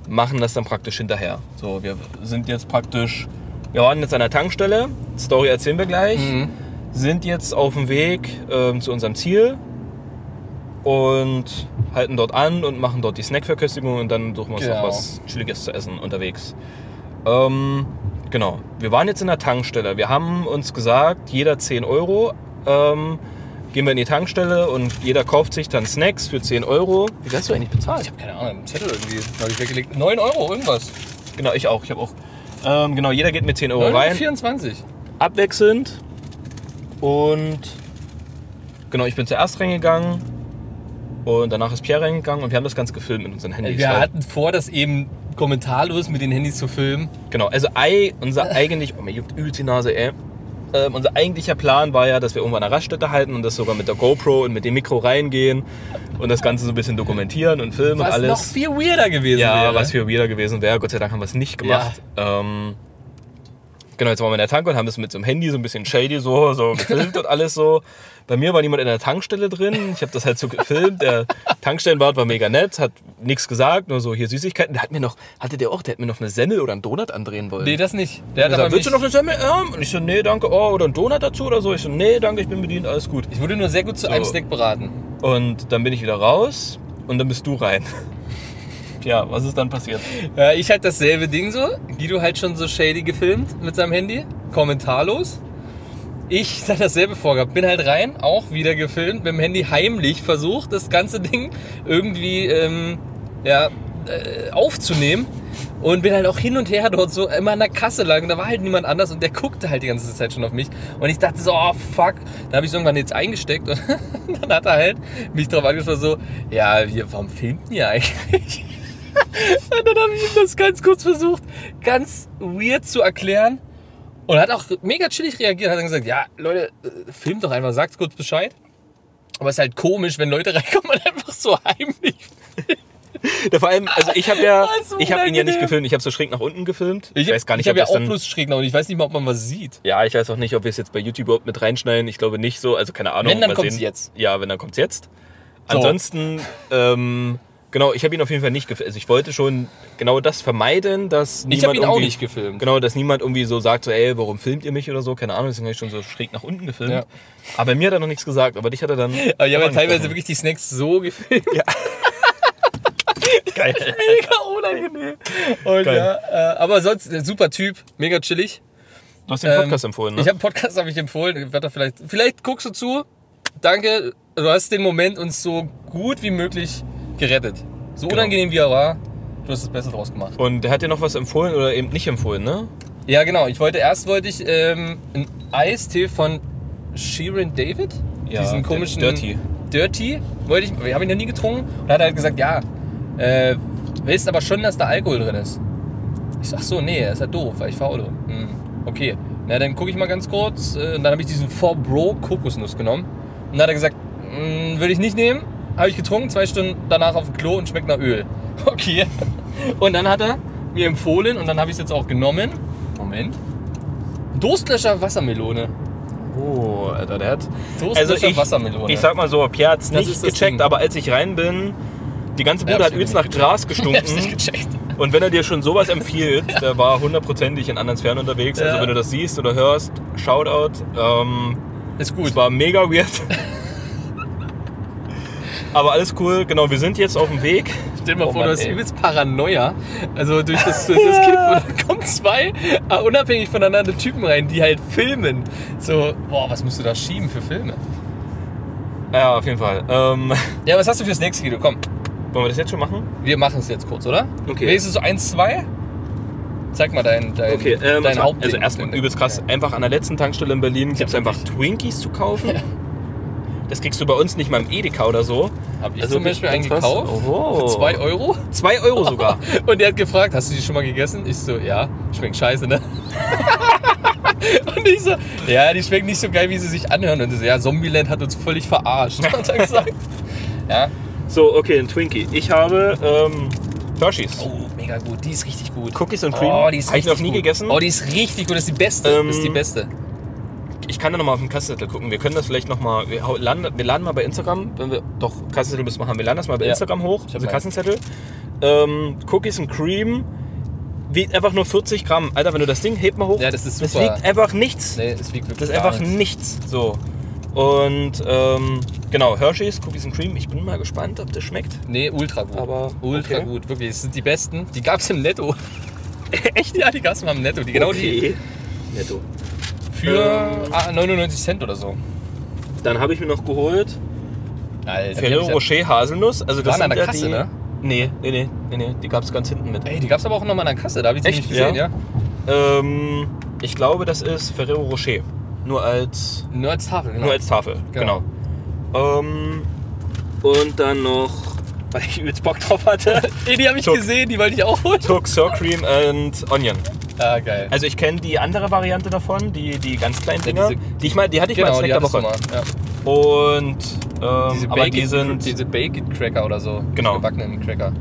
C: machen das dann praktisch hinterher. So, wir sind jetzt praktisch, wir waren jetzt an der Tankstelle, Story erzählen wir gleich,
D: Mhm.
C: sind jetzt auf dem Weg ähm, zu unserem Ziel und halten dort an und machen dort die Snackverköstigung und dann suchen wir uns
D: Genau.
C: noch was Chilliges zu essen unterwegs. Ähm, genau. Wir waren jetzt in der Tankstelle. Wir haben uns gesagt, jeder 10 Euro. Ähm, gehen wir in die Tankstelle und jeder kauft sich dann Snacks für 10 Euro. Wie hast du eigentlich bezahlt?
D: Ich habe keine Ahnung, einen Zettel irgendwie habe ich weggelegt. 9 Euro, irgendwas.
C: genau, ich auch. Ich habe auch. Ähm, genau, jeder geht mit 10 Euro
D: 9,24
C: rein.
D: 24.
C: abwechselnd. Und genau, ich bin zuerst reingegangen und danach ist Pierre reingegangen und wir haben das Ganze gefilmt mit unseren Handys.
D: Wir
C: weil-
D: hatten vor, das eben kommentarlos mit den Handys zu filmen.
C: genau, also ei, unser eigentlich, oh mir juckt übelst die Nase, ey. Ähm, unser eigentlicher Plan war ja, dass wir irgendwann eine Raststätte halten und das sogar mit der GoPro und mit dem Mikro reingehen und das Ganze so ein bisschen dokumentieren und filmen und
D: Was
C: alles.
D: noch viel weirder gewesen
C: ja,
D: wäre.
C: was für wieder gewesen wäre. Gott sei Dank haben wir es nicht gemacht. Ähm, genau, jetzt waren wir in der Tank und haben das mit so einem Handy so ein bisschen shady so, so gefilmt und alles so. Bei mir war niemand in der Tankstelle drin. Ich habe das halt so gefilmt. Der Tankstellenwart war mega nett, hat nichts gesagt, nur so hier Süßigkeiten. Der hat mir noch, hatte der auch, der hat mir noch eine Semmel oder einen Donut andrehen wollen.
D: Nee, das nicht. Der hat
C: Der
D: aber
C: sagt, willst du
D: mich-
C: noch eine Semmel? Ja. Und ich so, nee, danke. Oh, oder einen Donut dazu oder so. Ich so, nee, danke, ich bin bedient, alles gut.
D: ich wurde nur sehr gut zu einem Snack beraten.
C: Und dann bin ich wieder raus und dann bist du rein. Ja, was ist dann passiert?
D: Ja, ich halt dasselbe Ding so. Guido halt schon so shady gefilmt mit seinem Handy. Kommentarlos. Ich dann dasselbe vorgehabt. Bin halt rein, auch wieder gefilmt, mit dem Handy heimlich versucht, das ganze Ding irgendwie ähm, ja, äh, aufzunehmen. Und bin halt auch hin und her dort so immer an der Kasse lang. Da war halt niemand anders und der guckte halt die ganze Zeit schon auf mich. Und ich dachte so, oh fuck. Dann habe ich es irgendwann jetzt eingesteckt und dann hat er halt mich drauf angesprochen so, ja, wir, warum filmt ihr eigentlich? Und dann habe ich ihm das ganz kurz versucht, ganz weird zu erklären. Und er hat auch mega chillig reagiert. Hat dann gesagt, ja, Leute, äh, filmt doch einfach, sagt kurz Bescheid. Aber es ist halt komisch, wenn Leute reinkommen und einfach so heimlich.
C: Ja, vor allem, also ich habe ja,
D: Das ist
C: ich habe ihn ja nicht
D: unangenehm.
C: gefilmt, ich habe so schräg nach unten gefilmt. Ich, weiß gar nicht,
D: ich habe ja
C: das
D: auch bloß schräg nach und ich weiß nicht mal, ob man was sieht.
C: ja, ich weiß auch nicht, ob wir es jetzt bei YouTube überhaupt mit reinschneiden. Ich glaube nicht so, also keine Ahnung.
D: Wenn, dann
C: mal
D: kommt's
C: sehen.
D: jetzt.
C: Ja, wenn dann kommt's jetzt. Ansonsten, ähm, genau, ich habe ihn auf jeden Fall nicht gefilmt. Also ich wollte schon genau das vermeiden, dass
D: Ich habe
C: niemand
D: ihn auch
C: irgendwie-
D: nicht gefilmt.
C: Genau, dass niemand irgendwie so sagt, so, ey, warum filmt ihr mich oder so? Keine Ahnung, deswegen habe ich schon so schräg nach unten gefilmt.
D: Ja.
C: Aber mir hat er noch nichts gesagt, aber dich hat er dann.
D: Aber ich habe ja teilweise
C: angesprochen.
D: wirklich die Snacks so gefilmt.
C: Geil.
D: Mega unangenehm. Und
C: Geil.
D: ja, äh, aber sonst äh, super Typ, mega chillig.
C: Du hast den Podcast empfohlen, ne?
D: Ähm, Ich habe einen Podcast habe ich empfohlen. Ich werd da vielleicht, vielleicht guckst du zu. Danke, du hast den Moment uns so gut wie möglich gerettet. So
C: Genau.
D: unangenehm wie er war, du hast das Beste draus gemacht.
C: Und der hat dir noch was empfohlen oder eben nicht empfohlen, ne?
D: Ja, genau. Ich wollte erst wollte ich ähm, einen Eistee von Sheeran David,
C: Ja,
D: diesen
C: den
D: komischen
C: Dirty.
D: Dirty wollte ich, habe ich noch nie getrunken und hat halt gesagt, ja, äh, willst aber schon, dass da Alkohol drin ist. Ich sag so, nee, ist ja doof, weil ich faule. Hm, okay, na dann gucke ich mal ganz kurz. äh, Und dann habe ich diesen 4 Bro Kokosnuss genommen und dann hat er gesagt, "Hm, will ich nicht nehmen. Habe ich getrunken, zwei Stunden danach auf dem Klo und schmeckt nach Öl. Okay. Und dann hat er mir empfohlen und dann habe ich es jetzt auch genommen. Moment. Durstlöscher Wassermelone.
C: Oh, Alter, der hat.
D: Toast
C: also
D: mit der
C: ich,
D: Wassermelone.
C: ich sag mal so, Pierre hat's
D: Das
C: nicht
D: ist das
C: gecheckt,
D: Ding.
C: aber als ich rein bin, die ganze Bude
D: hab's
C: hat
D: nicht
C: übelst nach Gras gestunken.
D: hab's nicht gecheckt.
C: Und wenn er dir schon sowas empfiehlt, der war hundertprozentig in anderen Sphären unterwegs. Also
D: Ja.
C: wenn du das siehst oder hörst, Shoutout. Ähm,
D: Ist
C: es
D: gut.
C: war mega weird. Aber alles cool. Genau, wir sind jetzt auf dem Weg.
D: Stell dir mal
C: Oh
D: vor,
C: Mann,
D: du hast
C: ey.
D: übelst Paranoia. Also durch das, durch das Kiff und dann kommen zwei äh, unabhängig voneinander Typen rein, die halt filmen. So, boah, was musst du da schieben für Filme?
C: Ja, auf jeden Fall. Ähm,
D: Ja, was hast du fürs nächste Video? Komm,
C: wollen wir das jetzt schon machen?
D: wir machen es jetzt kurz, oder?
C: Okay.
D: Wenigstens so eins, zwei? Zeig mal dein, dein,
C: ähm,
D: dein
C: also,
D: Haupt.
C: also erstmal übelst krass. Einfach an der letzten Tankstelle in Berlin gibt es einfach Twinkies zu kaufen. Das kriegst du bei uns nicht mal im Edeka oder so.
D: Hab ich
C: Also
D: zum Beispiel einen
C: richtig krass.
D: gekauft.
C: Oho.
D: Für zwei Euro.
C: Zwei Euro sogar.
D: Und er hat gefragt, hast du die schon mal gegessen? Ich so, ja, schmeckt scheiße, ne? Und ich so, ja, die schmecken nicht so geil, wie sie sich anhören. Und er so, ja, Zombieland hat uns völlig verarscht, hat er gesagt. Ja.
C: So, okay, ein Twinkie. Ich habe ähm, Hershey's.
D: Oh, mega gut, die ist richtig gut.
C: Cookies and Cream.
D: Oh, die ist
C: Hab ich
D: richtig
C: noch nie
D: gut.
C: gegessen.
D: Oh, die ist richtig gut, das ist die beste.
C: Ähm,
D: das ist die beste.
C: Ich kann da nochmal auf den Kassettel gucken. Wir können das vielleicht nochmal. Wir hau- laden, wir laden mal bei Instagram, wenn wir doch Kassettel müssen wir haben. Wir laden das mal bei
D: Ja.
C: Instagram hoch,
D: Ich hab
C: also
D: meinen.
C: Kassenzettel. Ähm, Cookies and Cream. Wie, einfach nur 40 Gramm. Alter, wenn du das Ding hebt mal hoch.
D: Ja, das ist
C: Es
D: super.
C: wiegt einfach nichts.
D: Nee, es wiegt wirklich
C: Das ist
D: gar
C: einfach
D: nichts.
C: nichts. So. Und ähm, genau, Hershey's, Cookies and Cream. Ich bin mal gespannt, ob das schmeckt.
D: Nee, ultra gut.
C: Aber
D: ultra
C: okay.
D: gut, wirklich. Das sind die besten. Die gab's im Netto. Echt? Ja, die gab's mal im Netto. Die, genau
C: die. Netto.
D: die. Für
C: Ähm.
D: ah, 99 Cent oder so.
C: Dann habe ich mir noch geholt
D: Alter, die hab
C: Ferrero
D: ich ja-
C: Rocher Haselnuss. Also das
D: Waren
C: sind
D: an der
C: ja
D: Kasse,
C: die,
D: ne?
C: Nee, nee, nee, nee, nee. Die gab es ganz hinten mit.
D: Ey, die gab's aber auch nochmal an der Kasse, da hab ich sie
C: Echt?
D: nicht gesehen,
C: Ja.
D: ja.
C: Ähm, ich glaube, das ist Ferrero Rocher. Nur als,
D: Nur als Tafel, genau.
C: nur als Tafel. Genau.
D: Genau.
C: Ähm, und dann noch, weil ich übelst Bock drauf hatte,
D: Ey, die habe ich
C: Tuck.
D: gesehen, die wollte ich auch holen.
C: Took Sour Cream and Onion.
D: Ah, geil.
C: Also ich kenne die andere Variante davon, die, die ganz kleinen
D: Ja,
C: Dinger.
D: diese- Genau,
C: die, ich mal, die hatte ich mal als Snack der
D: hattest du
C: Woche.
D: mal. Ja.
C: Und ähm,
D: Diese,
C: aber die
D: Baked,
C: sind,
D: diese Baked Cracker oder so.
C: Genau.
D: Die gebackenen Cracker.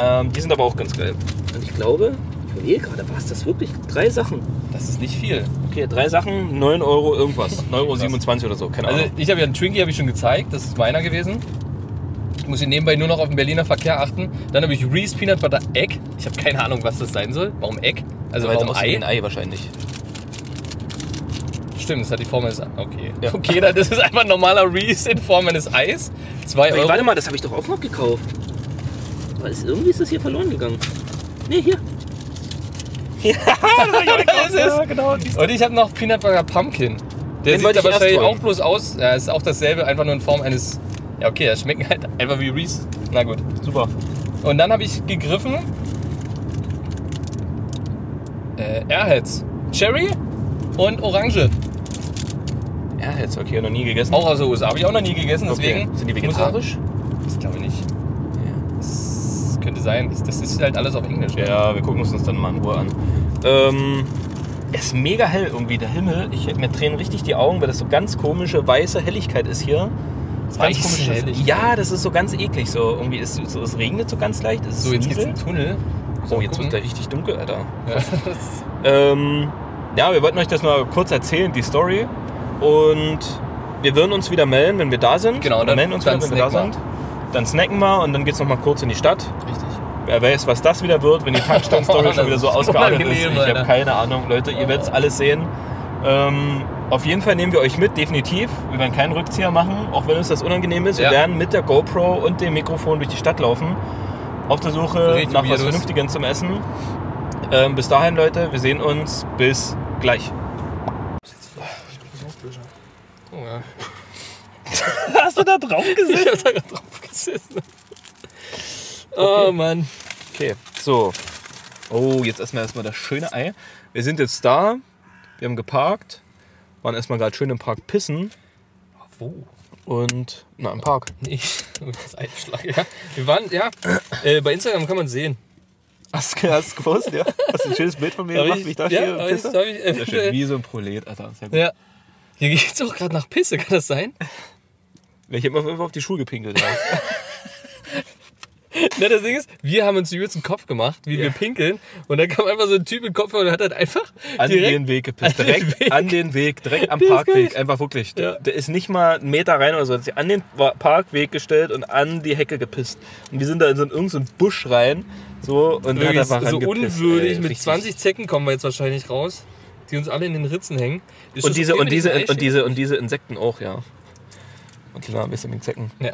C: ähm, die sind aber auch ganz geil. Und ich glaube, ich überlege gerade, war es das wirklich? Drei Sachen.
D: Das ist nicht viel.
C: Okay, drei Sachen, 9 Euro irgendwas. 9,27 Euro 27 oder so, keine Ahnung.
D: Also, ich habe ja einen Twinkie, habe ich schon gezeigt. Das ist meiner gewesen. Ich muss hier nebenbei nur noch auf den Berliner Verkehr achten. Dann habe ich Reese Peanut Butter Egg. Ich habe keine Ahnung, was das sein soll. Warum Egg? Also,
C: Weil es
D: warum
C: aussieht wie
D: Ei?
C: ein Ei wahrscheinlich.
D: Stimmt, das hat die Form eines Eis. Okay.
C: Ja.
D: Okay, dann ist es einfach ein normaler Reese in Form eines Eis. Zwei Euro.
E: Warte mal, das habe ich doch auch noch gekauft. Aber ist, irgendwie ist das hier verloren gegangen. Nee, hier.
D: Das ist es.
C: genau.
D: Und ich habe noch Peanut Butter Pumpkin. Der
C: Den
D: sieht
C: wollte
D: aber
C: ich erst
D: wahrscheinlich auch
C: holen.
D: bloß aus. Ja, ist auch dasselbe, einfach nur in Form eines. Ja, okay, das schmecken halt einfach wie Reese. Na gut.
C: Super.
D: Und dann habe ich gegriffen. Äh, Airheads. Cherry und Orange.
C: Ja, jetzt okay, noch nie gegessen.
D: Auch aus der USA. Habe ich auch noch nie gegessen, deswegen.
C: Okay. Sind die
D: muss ich-
C: vegetarisch?
D: Ich glaube nicht.
C: Ja.
D: Das könnte sein. Das, das ist halt alles auf Englisch.
C: ja, wir gucken uns das dann mal in Ruhe an. Ähm, es ist mega hell irgendwie, der Himmel. Ich, mir tränen richtig die Augen, weil das so ganz komische weiße Helligkeit ist hier. Das ist ganz
D: Weiße
C: komisches-
D: Helligkeit.
C: Ja, das ist so ganz eklig. So. Irgendwie ist, so, es regnet so ganz leicht. Es ist
D: So, jetzt geht's
C: Nebel.
D: in den Tunnel.
C: Oh, jetzt
D: gucken.
C: wird der richtig dunkel, Alter.
D: Ja, das-
C: Ähm, ja, wir wollten euch das mal kurz erzählen, die Story. Und wir würden uns wieder melden, wenn wir da sind.
D: Genau,
C: wir
D: dann-
C: melden uns
D: dann
C: wieder, wenn wir da
D: snacken
C: sind. Dann snacken wir und dann geht's noch mal kurz in die Stadt.
D: Richtig.
C: Wer weiß, was das wieder wird, wenn die Tankstand-Story
D: Oh,
C: schon wieder so
D: das ist
C: ausgeartet ist.
D: unangenehm,
C: Ich habe
D: Alter.
C: keine Ahnung, Leute, ihr werdet alles sehen. Ähm, auf jeden Fall nehmen wir euch mit, definitiv. Wir werden keinen Rückzieher machen, auch wenn uns das unangenehm ist.
D: Ja.
C: Wir werden mit der GoPro und dem Mikrofon durch die Stadt laufen. Auf der Suche
D: Richtig
C: nach was
D: weirdos.
C: Vernünftigem zum Essen. Ähm, bis dahin, Leute, wir sehen uns. Bis gleich.
D: Oh, ja.
C: Hast du da drauf gesehen?
D: Ich hab da gerade drauf gesessen. Oh Mann.
C: Okay, so. Oh, jetzt essen wir erstmal das schöne Ei. Wir sind jetzt da. Wir haben geparkt. Waren erstmal gerade schön im Park pissen.
D: Wo?
C: Und, na, im Park.
D: Nee, das Einschlag, ja. Wir waren, ja, äh, bei Instagram kann man sehen.
C: Hast du hast du gewusst, ja? Hast du ein schönes Bild von mir
D: Darf
C: gemacht,
D: ich-
C: wie ich da
D: ja,
C: stehe
D: darf
C: und
D: ich-
C: pisse?
D: darf ich- äh,
C: Sehr schön, wie so ein Prolet, Alter. Sehr gut.
D: Ja. Hier geht's auch gerade nach Pisse, kann das sein?
C: Ich hab mir auf jeden Fall auf die Schuhe gepinkelt, ja.
D: Na, Ne, das Ding ist, wir haben uns übelst den Kopf gemacht, wie wir pinkeln. Und dann kam einfach so ein Typ mit Kopf und hat halt einfach
C: An den
D: direkt...
C: Weg gepisst.
D: an den
C: Direkt
D: Weg.
C: an den Weg, direkt am
D: Das ist
C: Parkweg.
D: geil.
C: Einfach wirklich.
D: Ja.
C: Der, der ist nicht mal einen Meter rein oder so. Der hat sich an den Wa- Parkweg gestellt und an die Hecke gepisst. Und wir sind da in so einen, irgend so einen Busch rein. So, und hat
D: Wirklich,
C: einfach
D: so
C: rangepisst,
D: unwürdig,
C: ey.
D: mit
C: Richtig.
D: 20 Zecken kommen wir jetzt wahrscheinlich raus, die uns alle in den Ritzen hängen. Ist das
C: Und diese,
D: okay
C: und,
D: mit diesen
C: diese, und,
D: Eischäden?
C: diese, und diese Insekten auch, ja. Und klar, ein bisschen wegen Zecken.
D: Ja.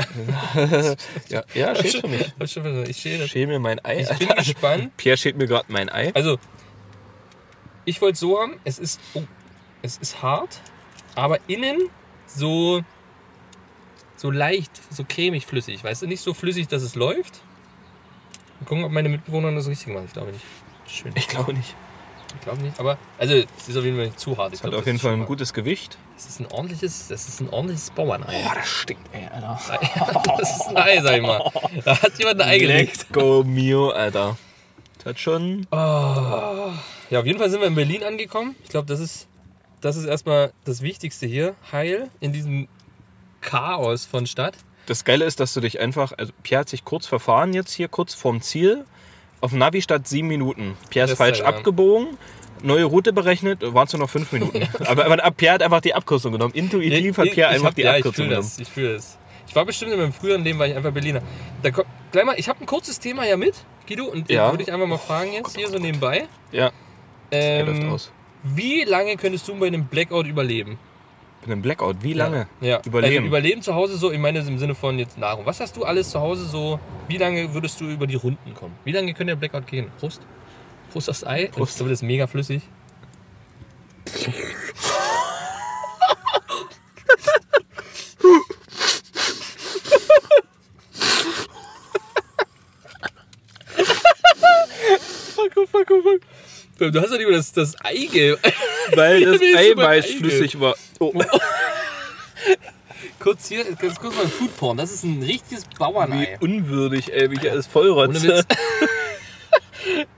C: ja, ja schämt für mich.
D: Hab schon versucht, Ich schäle.
C: Schält mir mein Ei.
D: Ich bin
C: Alter.
D: gespannt.
C: Pierre schält mir gerade mein Ei.
D: Also, ich wollte es so haben, es ist, oh, es ist hart, aber innen so, so leicht, so cremig flüssig. Weißt du, nicht so flüssig, dass es läuft. Mal gucken, ob meine Mitbewohnerin das richtig gemacht hat. Ich glaube nicht. Schön.
C: Ich glaube nicht.
D: Ich glaube nicht. Aber, also, es ist auf jeden Fall nicht zu hart. Ich
C: Hat
D: glaub,
C: auf
D: das
C: jeden
D: ist
C: Fall
D: schon
C: ein
D: mal-
C: gutes Gewicht.
D: Das ist ein ordentliches, das ist ein ordentliches Bauernei.
C: Boah, das stinkt, ey, Alter.
D: Das ist ein Ei, sag ich mal. Da hat jemand ein Ei gelegt.
C: Go mio, Alter. Das hat schon.
D: Ja, auf jeden Fall sind wir in Berlin angekommen. Ich glaube, das ist, das ist erstmal das Wichtigste hier. Heil in diesem Chaos von Stadt.
C: Das Geile ist, dass du dich einfach. Also Pierre hat sich kurz verfahren jetzt hier, kurz vorm Ziel. Auf dem Navi statt sieben Minuten. Pierre ist
D: Das
C: falsch
D: ist ja, ja.
C: abgebogen. Neue Route berechnet, waren es nur noch fünf Minuten. aber, aber Pierre hat einfach die Abkürzung genommen. Intuitiv hat
D: Ich-
C: Pierre
D: ich
C: einfach
D: hab-
C: die
D: ja, ich
C: Abkürzung
D: fühle
C: genommen.
D: das. Ich fühle das. Ich war bestimmt in meinem früheren Leben, war ich einfach Berliner. Da kommt, gleich mal, ich habe ein kurzes Thema ja mit, Guido, und den
C: Ja.
D: würde ich einfach mal fragen jetzt hier so nebenbei.
C: Ja, er läuft
D: Ähm,
C: aus.
D: wie lange könntest du bei einem Blackout überleben?
C: Mit einem Blackout, wie lange?
D: Ja.
C: Überleben.
D: Also überleben zu Hause so, ich meine im Sinne von jetzt Nahrung. Was hast du alles zu Hause so, wie lange würdest du über die Runden kommen? Wie lange könnte der Blackout gehen? Prost. Prost aufs Ei. Prost. Das ist mega flüssig. fuck, oh, fuck, oh, fuck. Du hast ja nicht mal das, das Eigelb.
C: Weil das
D: mir ist so mein
C: Eiweiß
D: Ei
C: flüssig war. Oh,
D: Kurz hier, ganz kurz mal Foodporn. Das ist ein richtiges Bauernei.
C: wie unwürdig, ey, wie ich alles vollrotze.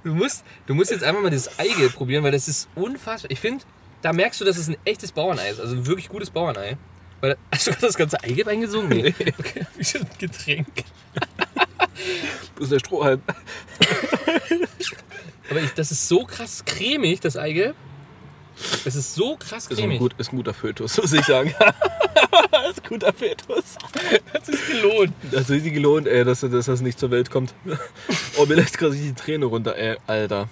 D: Du musst, du musst jetzt einfach mal dieses Eigelb probieren, weil das ist unfassbar. Ich finde, da merkst du, dass es ein echtes Bauernei ist. Also ein wirklich gutes Bauernei. Weil, hast du gerade das ganze Eigelb eingesogen? Nee. Okay, wie so ein Getränk.
C: Wo ist der Strohhalm?
D: Aber ich, das ist so krass cremig, das Eigelb. Es ist so krass
C: Ist ein,
D: cremig.
C: gut, ist ein guter Fötus, muss ich sagen. ist ein guter Fötus.
D: Das ist gelohnt.
C: Das ist richtig gelohnt, ey, dass, dass das nicht zur Welt kommt. Oh, mir lässt gerade die Träne runter, ey, Alter.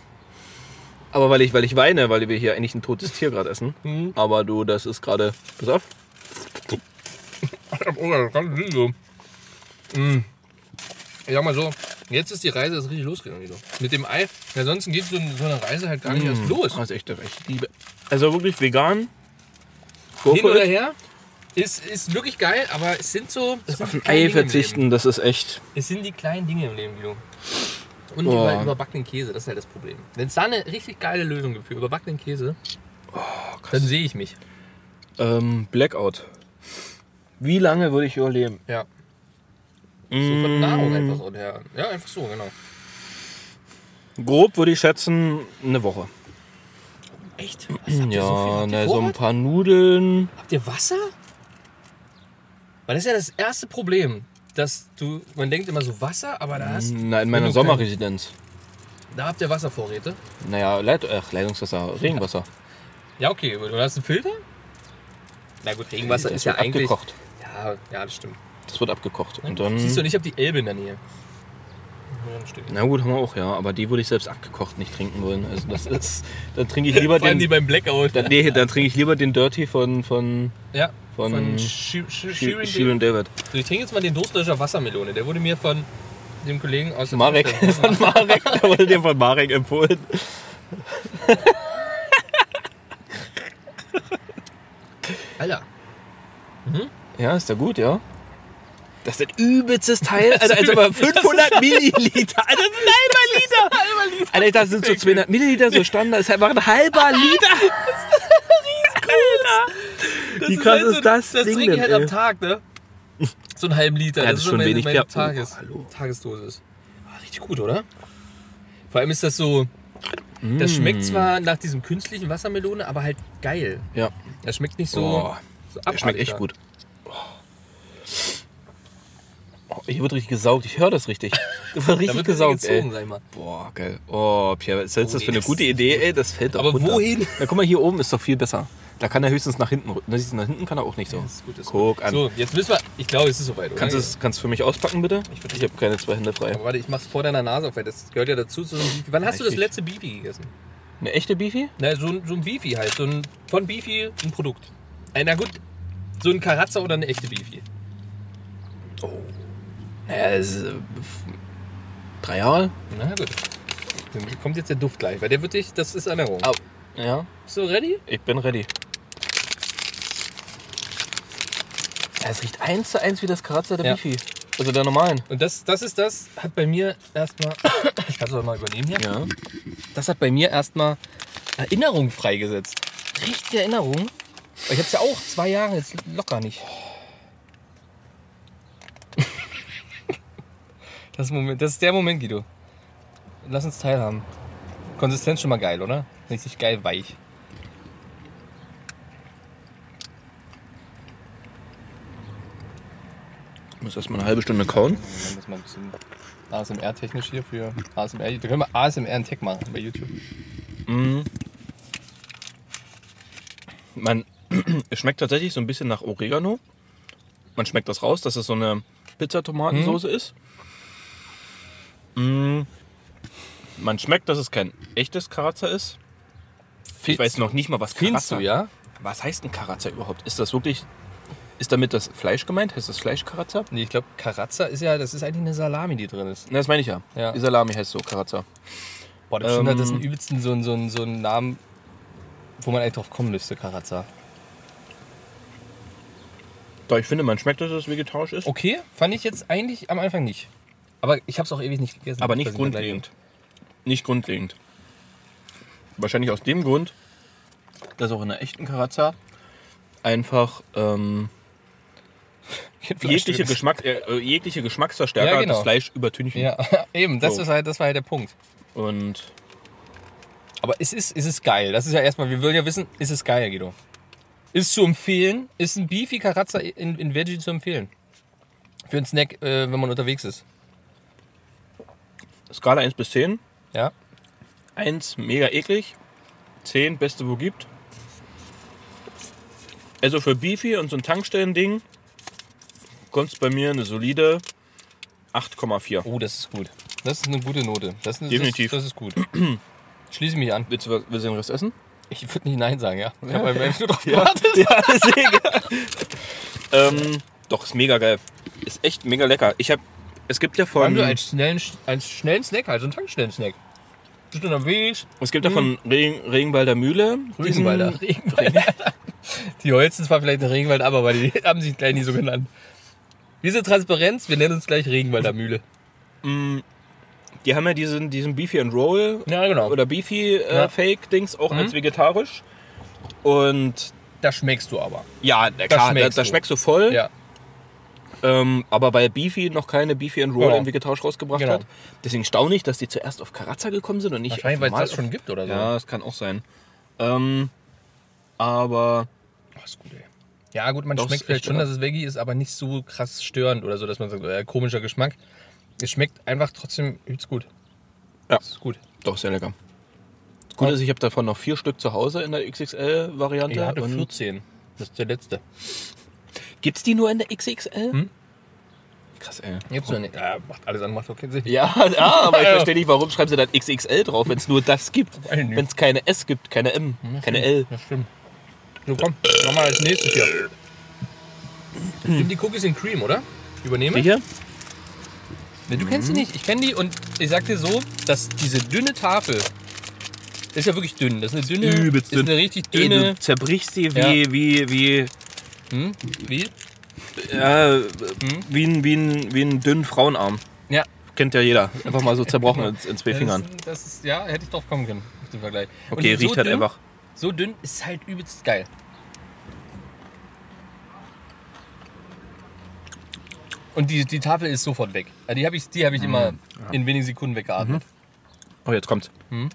C: Aber weil ich, weil ich weine, weil wir hier eigentlich ein totes Tier gerade essen. Aber du, das ist gerade. Pass auf.
D: Oh, das kann ich nicht so. Mm. Ich sag mal so, jetzt ist die Reise erst richtig losgegangen. Guido. Mit dem Ei. Ja, ansonsten geht so, eine- so eine Reise halt gar nicht erst los.
C: Das Mhm. ist echt recht. Liebe. Also wirklich vegan. Go
D: Hin
C: for
D: oder
C: it.
D: her. Ist, ist wirklich geil, aber es sind so. Es sind die kleinen
C: Ei
D: Dinge im Leben.
C: verzichten, das ist echt.
D: Es sind die kleinen Dinge im Leben, Guido. Und
C: Boah.
D: über, überbackenen Käse, das ist halt das Problem. Wenn es da eine richtig geile Lösung gibt für überbackenen Käse,
C: Oh,
D: dann sehe ich mich.
C: Ähm, Blackout. Wie lange würde ich überleben?
D: Ja. So
C: Mm.
D: von Nahrung einfach so. Ja, ja einfach so, genau.
C: Grob würde ich schätzen, eine Woche.
D: Echt? Was, habt ihr so viel?
C: Ja,
D: Habt ihr
C: na, so ein
D: Vorrat?
C: paar Nudeln.
D: Habt ihr Wasser? Weil das ist ja das erste Problem, dass du, man denkt immer so Wasser, aber da, hast,
C: Na, in meiner
D: Nudeln.
C: Sommerresidenz.
D: da habt ihr Wasservorräte.
C: Naja, Leit ach, Leitungswasser, Regenwasser.
D: Ja, okay, gut. Und hast du einen Filter? Na gut, Regenwasser
C: Das
D: ist ja
C: wird
D: eigentlich...
C: abgekocht.
D: Ja, ja, das stimmt.
C: Das wird abgekocht. Und dann,
D: Siehst du, und ich habe die Elbe in der Nähe. Ja, ein Stück.
C: na gut, haben wir auch, ja. Aber die würde ich selbst abgekocht nicht trinken wollen. Also das ist, dann trinke ich lieber
D: Vor allem
C: den,
D: die beim Blackout.
C: dann, nee, dann trinke ich lieber den Dirty von, von
D: ja,
C: von-
D: Shi- Shi- Shirin-
C: Sheil und David.
D: So, Also ich trinke jetzt mal den Durstlöscher Wassermelone. Der wurde mir von dem Kollegen aus der
C: Marek,
D: Tankstelle-
C: von Marek, der wurde dir von Marek empfohlen.
D: Alter,
C: Ja, ist ja gut, ja. Das ist das übelste Teil, Alter, also mal 500 Milliliter. Also Alter, das ist ein halber Liter. Alter, das sind so 200 Milliliter, so Standard. Das ist einfach ein halber Liter.
D: Das halt
C: Wie krass ist
D: so-
C: das
D: Das
C: Ding
D: trinke ich
C: denn,
D: halt am
C: ey?
D: Tag, ne? So einen halben Liter.
C: Ja, das ist
D: so
C: schon
D: meine,
C: wenig.
D: meine
C: Ja, oh,
D: Tages,
C: hallo.
D: Tagesdosis. Ah, richtig gut, oder? Vor allem ist das so.
C: Mm.
D: Das schmeckt zwar nach diesem künstlichen Wassermelone, aber halt geil.
C: Ja, Oh,
D: Das schmeckt nicht so.
C: so.
D: so
C: Der schmeckt echt
D: abgehackter.
C: gut. Oh, Hier wird richtig gesaugt. Ich höre das richtig. Das wird richtig
D: wird
C: gesaugt,
D: gezogen,
C: ey.
D: sag ich mal.
C: Boah, geil. Oh, Pierre, was hältst du das
D: Oh,
C: für
D: nee,
C: eine
D: das
C: gute Idee, ey? Das fällt doch
D: Aber
C: runter.
D: wohin?
C: Na, guck mal, hier oben ist doch viel besser. Da kann er höchstens nach hinten rücken. Na, siehst du, Nach hinten kann er auch nicht so. Guck an.
D: So, jetzt müssen wir. Ich glaube, es ist soweit, oder?
C: Kannst du es kannst du für mich auspacken, bitte? Ich, habe keine zwei Hände frei.
D: Aber warte, ich mach's vor deiner Nase auf, weil das gehört ja dazu zu so einem Beefy. Wann hast du das
C: Richtig.
D: letzte Beefy gegessen?
C: Eine echte Beefy?
D: Na, so, ein- so ein Beefy halt. So ein, von Beefy ein Produkt. Äh, Na gut, so ein Karatzer oder eine echte Beefy.
C: Naja, das ist, äh, f- drei Jahre.
D: Na gut. Dann kommt jetzt der Duft gleich, weil der wird dich. Das ist Ernährung.
C: Au. Ja,
D: Bist du ready?
C: ich bin ready. Ja, Es riecht eins zu eins wie das Karatzer der
D: Ja.
C: Beefy. Also der normalen.
D: Und das, das ist das, hat bei mir erstmal. Ich kann es auch mal übernehmen hier.
C: Ja.
D: Das hat bei mir erstmal Erinnerung freigesetzt. Richtige Erinnerung. Ich hab's ja auch zwei Jahre jetzt locker nicht. Das, Moment, das ist der Moment, Guido. Lass uns teilhaben. Konsistenz schon mal geil, oder? Richtig geil weich.
C: Ich muss erstmal eine halbe Stunde kauen.
D: Dann muss man ein bisschen ASMR-technisch hier für ASMR. Da können wir ASMR einen Tag machen bei YouTube.
C: Man, es schmeckt tatsächlich so ein bisschen nach Oregano. Man schmeckt das raus, dass es so eine Pizzatomatensoße ist. Mm. Man schmeckt, dass es kein echtes Karatzer ist. Ich weiß noch nicht mal, was
D: Findest
C: Karatzer
D: du, ja?
C: Was heißt ein Karatzer überhaupt? Ist das wirklich. Ist damit das Fleisch gemeint? Heißt das Fleischkaratzer?
D: Nee, ich glaube, Karatza ist ja, das ist eigentlich eine Salami, die drin ist.
C: Na, das meine ich ja.
D: Ja.
C: Die Salami heißt so Karatzer.
D: Boah, das stimmt, hat das einen übelsten so einen, so, einen, so einen Namen, wo man eigentlich drauf kommen müsste, Karatza.
C: Doch, ich finde, man schmeckt, dass es vegetarisch ist.
D: Okay, fand ich jetzt eigentlich am Anfang nicht. Aber ich habe es auch ewig nicht gegessen.
C: Aber nicht
D: Dass ich mir gleich-
C: grundlegend. Nicht grundlegend. Wahrscheinlich aus dem Grund, dass auch in einer echten Karatza einfach ähm,
D: Kein Fleisch
C: jegliche,
D: drin ist.
C: Geschmack, äh, jegliche Geschmacksverstärker
D: Ja, genau.
C: das Fleisch übertünchen.
D: Ja, eben, das,
C: So.
D: ist halt, das war halt der Punkt.
C: Und
D: Aber es ist, es ist geil. Das ist ja erstmal, wir wollen ja wissen, ist es geil, Guido? Ist zu empfehlen, ist ein Beefy Karatza in, in Veggie zu empfehlen. Für einen Snack, äh, wenn man unterwegs ist.
C: Skala 1 bis 10.
D: Ja?
C: 1 mega eklig, 10 beste wo gibt. Also für Beefy und so ein Tankstellending kommt es bei mir eine solide 8,4.
D: Oh, das ist gut. Das ist eine gute Note. Das ist,
C: Definitiv.
D: Das ist, das ist gut. Schließe mich an.
C: Willst du, was- willst du den Rest essen?
D: Ich würde nicht Nein sagen, ja. Ich habe ja. nur drauf
C: Ja, ja deswegen. ähm, doch, ist mega geil. Ist echt mega lecker. Ich habe, es gibt ja
D: Vor allem
C: von,
D: so als schnellen, als schnellen Snack, also einen Tankstellen-Snack. Bist du unterwegs?
C: es gibt ja von Regen, Regenwalder Mühle. diesen-
D: Regenwalder. Regenwalder. Die holzen zwar vielleicht den Regenwald ab, aber die haben sich gleich nie so genannt. Diese Transparenz, wir nennen uns gleich Regenwalder Mühle.
C: Die haben ja diesen, diesen Beefy and Roll
D: Ja, genau. Oder
C: oder Beefy äh,
D: Ja.
C: Fake-Dings auch als vegetarisch. Und
D: da schmeckst du aber.
C: Ja, na klar,
D: schmeckst
C: da, da
D: du.
C: schmeckst du voll.
D: Ja.
C: Ähm, aber weil Beefy noch keine Beefy and Roll
D: Genau.
C: in Vegetarisch rausgebracht
D: Genau.
C: hat, deswegen staune ich, dass die zuerst auf Karatza gekommen sind und nicht
D: Wahrscheinlich,
C: auf
D: weil es
C: normal
D: das schon
C: auf-
D: gibt oder so.
C: Ja, das kann auch sein. Ähm, aber
D: Oh, ist gut, ey. Ja, gut, man
C: Doch,
D: schmeckt
C: ist
D: vielleicht
C: echt
D: schon,
C: lecker.
D: dass es Veggie ist, aber nicht so krass störend oder so, dass man sagt, äh, komischer Geschmack. Es schmeckt einfach trotzdem übelst gut.
C: Ja.
D: Ist gut.
C: doch sehr lecker. Gut ist, ich habe davon noch vier Stück zu Hause in der XXL-Variante.
D: Ich hatte 14. Das ist der letzte.
C: Gibt es die nur in der XXL?
D: Hm?
C: Krass, ey.
D: Gibt's noch nicht. Ja, macht alles an, macht doch keinen Sinn.
C: Ja, ja, aber ich verstehe nicht, warum schreiben sie dann XXL drauf, wenn es nur das gibt.
D: Weiß ich nicht.
C: Wenn es keine S gibt, keine M, keine L.
D: Ja, stimmt. So, komm, mach mal als nächstes hier. Nimm die Cookies in Cream, oder? Übernehme?
C: Hm. Sicher? Mhm.
D: Nee, du kennst die nicht. Ich kenne die und ich sag dir so, dass diese dünne Tafel ist ja wirklich dünn. Das ist eine dünne,
C: Übelst
D: ist
C: dünn.
D: eine richtig
C: Ey,
D: dünne.
C: du zerbrichst sie wie,
D: Ja.
C: wie, wie,
D: Hm? Wie?
C: ja,
D: Hm?
C: wie, ein, wie, ein, wie ein dünnen Frauenarm.
D: Ja.
C: Kennt ja jeder. Einfach mal so zerbrochen in, in zwei Fingern.
D: Das ist, das ist, ja, hätte ich drauf kommen können auf den Vergleich. Und
C: Okay,
D: so
C: riecht halt
D: dünn,
C: einfach.
D: So dünn ist halt übelst geil. Und die, die Tafel ist sofort weg. Also die habe ich, die hab ich
C: Mhm.
D: immer in wenigen Sekunden weggeatmet.
C: Oh, jetzt kommt's. Mhm.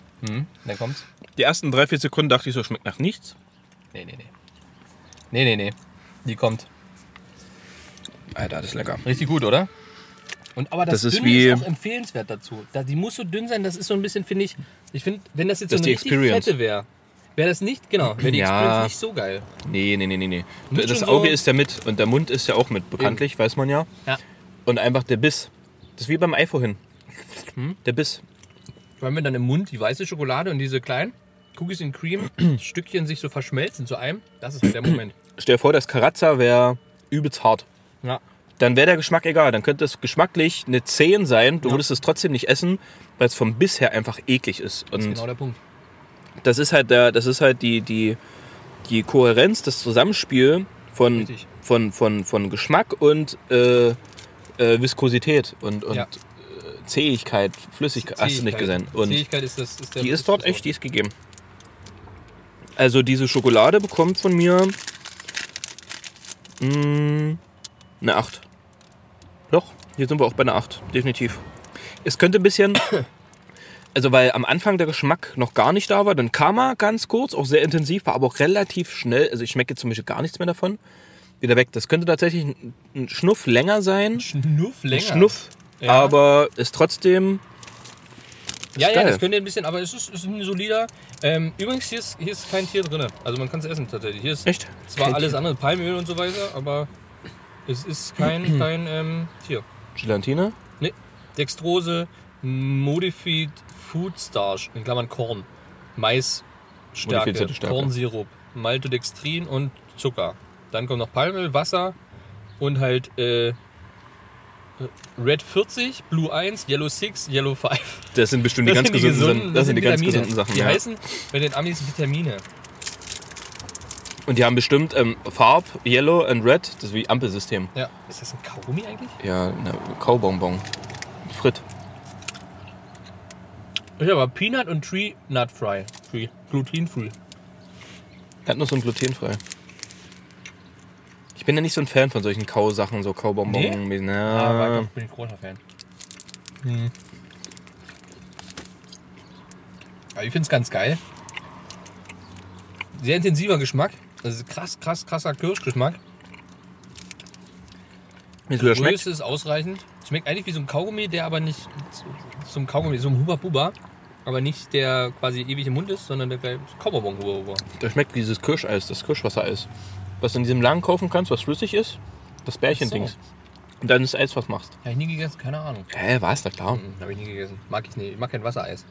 D: Da kommt's.
C: Die ersten drei, vier Sekunden dachte ich so, schmeckt nach nichts.
D: Nee, nee, nee. Nee, nee, nee. Die kommt.
C: Alter, das ist lecker.
D: Richtig gut, oder? Und aber das,
C: Das ist
D: Dünne
C: wie-
D: ist auch empfehlenswert dazu. Da, die muss so dünn sein, das ist so ein bisschen, finde ich. Ich finde, wenn das jetzt
C: Das ist
D: so eine
C: die
D: richtig
C: Experience.
D: fette wäre, wäre das nicht, genau, wäre die
C: Ja.
D: Experience nicht so geil.
C: Nee, nee, nee, nee, nee.
D: Muss
C: Das
D: schon
C: Auge
D: so-
C: ist ja mit und der Mund ist ja auch mit, bekanntlich, weiß man ja.
D: Ja.
C: Und einfach der Biss. Das ist wie beim Ei vorhin.
D: Hm?
C: Der Biss.
D: Weil wenn dann im Mund die weiße Schokolade und diese kleinen Cookies and Cream Stückchen sich so verschmelzen zu einem, das ist halt der Moment.
C: Stell dir vor, das Karazza wäre übelst hart.
D: Ja.
C: Dann wäre der Geschmack egal. Dann könnte es geschmacklich eine 10 sein. Du würdest es trotzdem nicht essen, weil es vom Biss her einfach eklig ist. Und
D: Genau der Punkt.
C: das ist halt der, das ist halt die, die, die Kohärenz, das Zusammenspiel von,
D: Richtig.
C: von, von, von Geschmack und äh, äh, Viskosität und, und
D: Ja.
C: äh, Zähigkeit, Flüssigkeit. Hast du nicht
D: Zähigkeit.
C: gesehen. Und
D: Zähigkeit ist das. Ist der
C: die ist dort
D: das Wort.
C: echt, die ist gegeben. Also diese Schokolade bekommt von mir mm, eine 8. Doch, hier sind wir auch bei einer 8, definitiv. Es könnte ein bisschen, also weil am Anfang der Geschmack noch gar nicht da war, dann kam er ganz kurz, auch sehr intensiv, war aber auch relativ schnell, also ich schmecke jetzt zum Beispiel gar nichts mehr davon, wieder weg. Das könnte tatsächlich ein, ein Schnuff länger sein,
D: Schnuff länger.
C: ein Schnuff,
D: Ja.
C: aber ist trotzdem,
D: Ja, ja,
C: geil.
D: das könnt ihr ein bisschen, aber es ist, ist ein solider. Ähm, übrigens, hier ist, hier ist kein Tier drin. Also man kann es essen tatsächlich. Hier ist
C: echt,
D: zwar alles andere, Palmöl und so weiter, aber es ist kein, kein ähm, Tier.
C: Gelatine,
D: Dextrose, Modified Food Starch, in Klammern Korn, Maisstärke,
C: Modifizierte Stärke.
D: Kornsirup, Maltodextrin und Zucker. Dann kommt noch Palmöl, Wasser und halt äh, Red 40, Blue 1, Yellow 6, Yellow 5.
C: Das sind bestimmt die ganz gesunden, Sachen. das sind die ganz gesunden Sachen.
D: Die
C: ja.
D: heißen bei den Amis Vitamine.
C: Und die haben bestimmt ähm, Farb, Yellow and Red, das ist wie Ampelsystem.
D: Ja. Ist das ein Kaugummi eigentlich?
C: Ja, ne, Kaubonbon. Fritt.
D: Ich aber Peanut und Tree Nut Fry. Free. Gluten free.
C: Erdnuss und glutenfrei. Ich bin ja nicht so ein Fan von solchen Kausachen, so Kaubonbon. Nee? Ah,
D: Aber
C: Na,
D: ich bin ein großer Fan. Ja, ich finde es ganz geil. Sehr intensiver Geschmack. Das ist krass, krass, krasser Kirschgeschmack.
C: Wie es schmeckt?
D: Größe ist ausreichend. Schmeckt eigentlich wie so ein Kaugummi, der aber nicht zum Kaugummi, so ein Huba Buba, aber nicht der quasi ewig im Mund ist, sondern der gleich Kaubonbon Huba Buba.
C: Das schmeckt wie dieses Kirscheis, das Kirschwassereis. Was du in diesem Laden kaufen kannst, was flüssig ist, das Bärchen-Dings. Und dann das Eis, was machst.
D: Habe ich nie gegessen, keine Ahnung.
C: Hä, war es da klar?
D: Habe ich nie gegessen. Mag ich nicht. Ich mag kein Wassereis.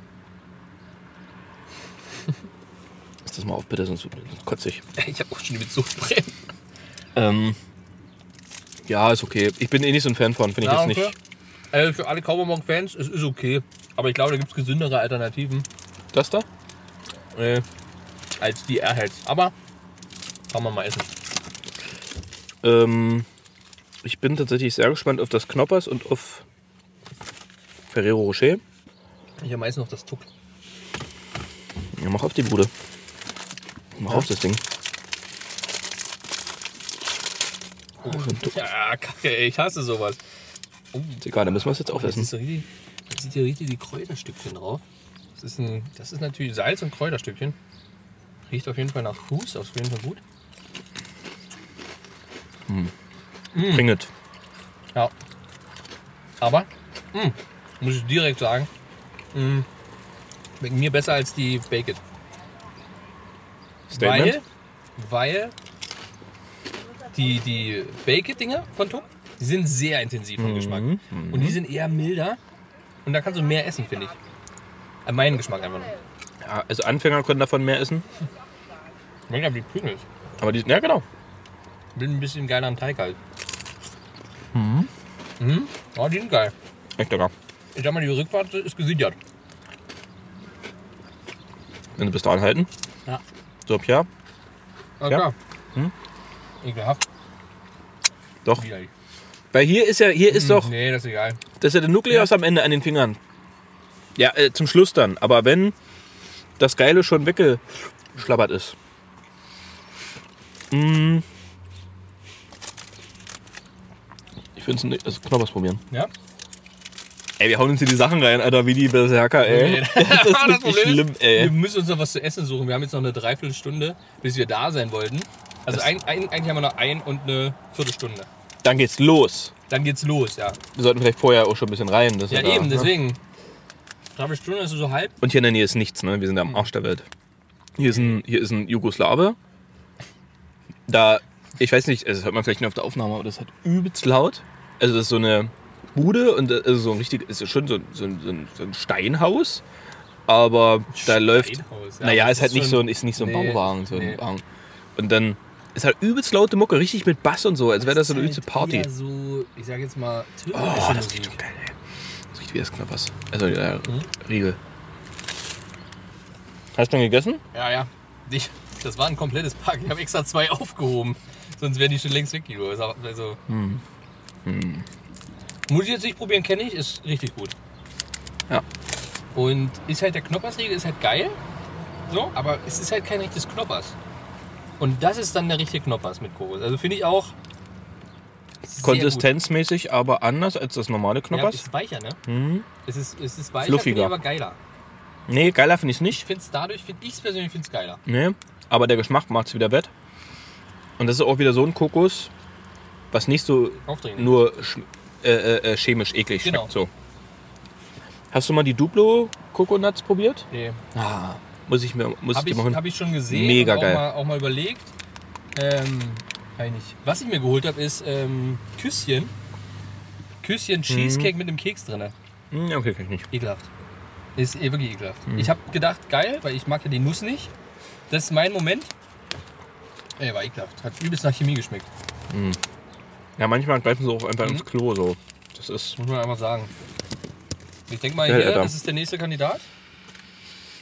C: Lass das mal auf, bitte, sonst kotze ich.
D: Ich habe auch schon die Bezugbrennen.
C: Ähm, ja, ist okay. Ich bin eh nicht so ein Fan von, finde ich
D: Ja,
C: jetzt
D: okay.
C: nicht.
D: Äh, für alle Kaubonbon-Fans, es ist okay. Aber ich glaube, da gibt es gesündere Alternativen
C: Das da?
D: äh, als die Airheads. Aber kann man mal essen.
C: Ähm, ich bin tatsächlich sehr gespannt auf das Knoppers und auf Ferrero Rocher.
D: Ich habe meistens noch das Tuck.
C: Ja, mach auf die Bude. Mach auf das Ding. Oh, schon du-
D: Ja, kacke, ey, ich hasse sowas.
C: ist egal, dann müssen wir es jetzt
D: Das
C: aufessen.
D: ist so richtig, jetzt sind hier richtig die Kräuterstückchen drauf. Das ist, ein, das ist natürlich Salz und Kräuterstückchen. Riecht auf jeden Fall nach Fuß, auf jeden Fall gut.
C: Bring it.
D: Ja. Aber, mh, muss ich direkt sagen, mh, schmeckt mir besser als die Baked.
C: Statement?
D: Weil, weil die, die Baked-Dinger von Tuck, die sind sehr intensiv
C: Mhm.
D: vom Geschmack. Und die sind eher milder. Und da kannst du mehr essen, finde ich. An meinen Geschmack einfach nur.
C: Ja, also Anfänger können davon mehr essen.
D: Schmeckt ja wie Pringles.
C: Aber die, ja genau.
D: Bin ein bisschen geiler am Teig halt. Mhm. Ja, die sind geil.
C: Echt lecker.
D: Ich sag mal, die Rückfahrt ist gesichert.
C: Wenn du bis dahin halten.
D: Ja.
C: So, Pia.
D: Na
C: Ja. Mhm.
D: klar. Ekelhaft.
C: Doch.
D: Widerlich.
C: Weil hier ist ja, hier ist doch,
D: Nee, das ist egal.
C: das ist ja der Nukleus am Ende an den Fingern. Ja, äh, zum Schluss dann. Aber wenn das Geile schon weggeschlabbert ist. Mm. Ich finde es nicht. Also Knoppers probieren.
D: Ja?
C: Ey, wir hauen uns hier die Sachen rein, Alter, wie die Berserker, ey.
D: Nee.
C: Das ist
D: Das
C: wirklich
D: Problem ist,
C: schlimm, ey.
D: Wir müssen uns noch was zu essen suchen. Wir haben jetzt noch eine Dreiviertelstunde, bis wir da sein wollten. Also ein, ein, eigentlich haben wir noch ein und eine Viertelstunde.
C: Dann geht's los.
D: Dann geht's los, ja.
C: Wir sollten vielleicht vorher auch schon ein bisschen rein. dass
D: Ja,
C: wir da-
D: eben, deswegen. Dreiviertelstunde ist so halb.
C: Und hier in der Nähe ist nichts, ne? Wir sind
D: Hm.
C: am Arsch der Welt. Hier ist ein, hier ist ein Jugoslawe. Da, ich weiß nicht, also das hört man vielleicht nicht auf der Aufnahme, aber das hat übelst laut. Also das ist so eine Bude und das ist so ein richtig, ist schon so, ein- so, ein- so, ein, so ein Steinhaus. Aber da läuft,
D: Steinhaus, ja,
C: naja,
D: das
C: ist halt
D: ist
C: nicht
D: schon-
C: so, ein- ist nicht so ein
D: nee,
C: Bauwagen, so ein Ah,
D: nee.
C: Wagen. Und dann ist halt übelst laute Mucke, richtig mit Bass und so, als wäre das so eine übelste Party.
D: halt eher so, ich sag jetzt mal, türkische
C: Oh, das
D: Musik.
C: riecht schon geil, ey. Das riecht wie das Knappers. Also, ja, Riegel. Hast du schon gegessen?
D: Ja, ja. Ich, das war ein komplettes Pack. Ich habe extra zwei aufgehoben. Sonst wären die schon längst weg, die Uhr. Also.
C: Hm.
D: Muss ich jetzt nicht probieren, kenne ich, ist richtig gut.
C: Ja.
D: Und ist halt der Knoppersriegel ist halt geil. So, aber es ist halt kein richtiges Knoppers. Und das ist dann der richtige Knoppers mit Kokos. Also finde ich auch. sehr
C: Konsistenzmäßig, aber anders als das normale
D: gut. Ja,
C: Knoppers. Hm.
D: ist weicher, ne? Es, ist, es ist weicher,
C: Fluffiger.
D: finde ich aber geiler.
C: nee, geiler finde ich es
D: Ich
C: nicht.
D: finde es dadurch, finde ich persönlich finde es geiler.
C: Nee, aber der Geschmack macht es wieder wett. Und das ist auch wieder so ein Kokos, was nicht so
D: Aufdringlich.
C: nur schm- äh, äh, äh, chemisch eklig
D: Genau.
C: schmeckt. So. Hast du mal die Duplo Coconuts probiert?
D: Nee.
C: Ah, muss ich mir muss ich
D: Habe
C: dir
D: ich,
C: mal hin.
D: hab ich schon gesehen.
C: Mega
D: und auch
C: geil.
D: Mal, auch mal überlegt. Ähm, kann ich nicht. Was ich mir geholt habe, ist ähm, Küsschen.
C: Mhm.
D: Küsschen Cheesecake mit einem Keks drin.
C: Hm, okay, kann ich nicht.
D: Ekelhaft. Ist eh wirklich ekelhaft.
C: Mhm.
D: Ich habe gedacht, geil, weil ich mag ja die Nuss nicht. Das ist mein Moment. Ey, war ekelhaft. Hat übelst nach Chemie geschmeckt.
C: Ja, manchmal greifen sie auch einfach ins Klo so. Das ist
D: Muss man einfach sagen. Ich denke mal,
C: Ja,
D: hier,
C: Alter.
D: das ist der nächste Kandidat.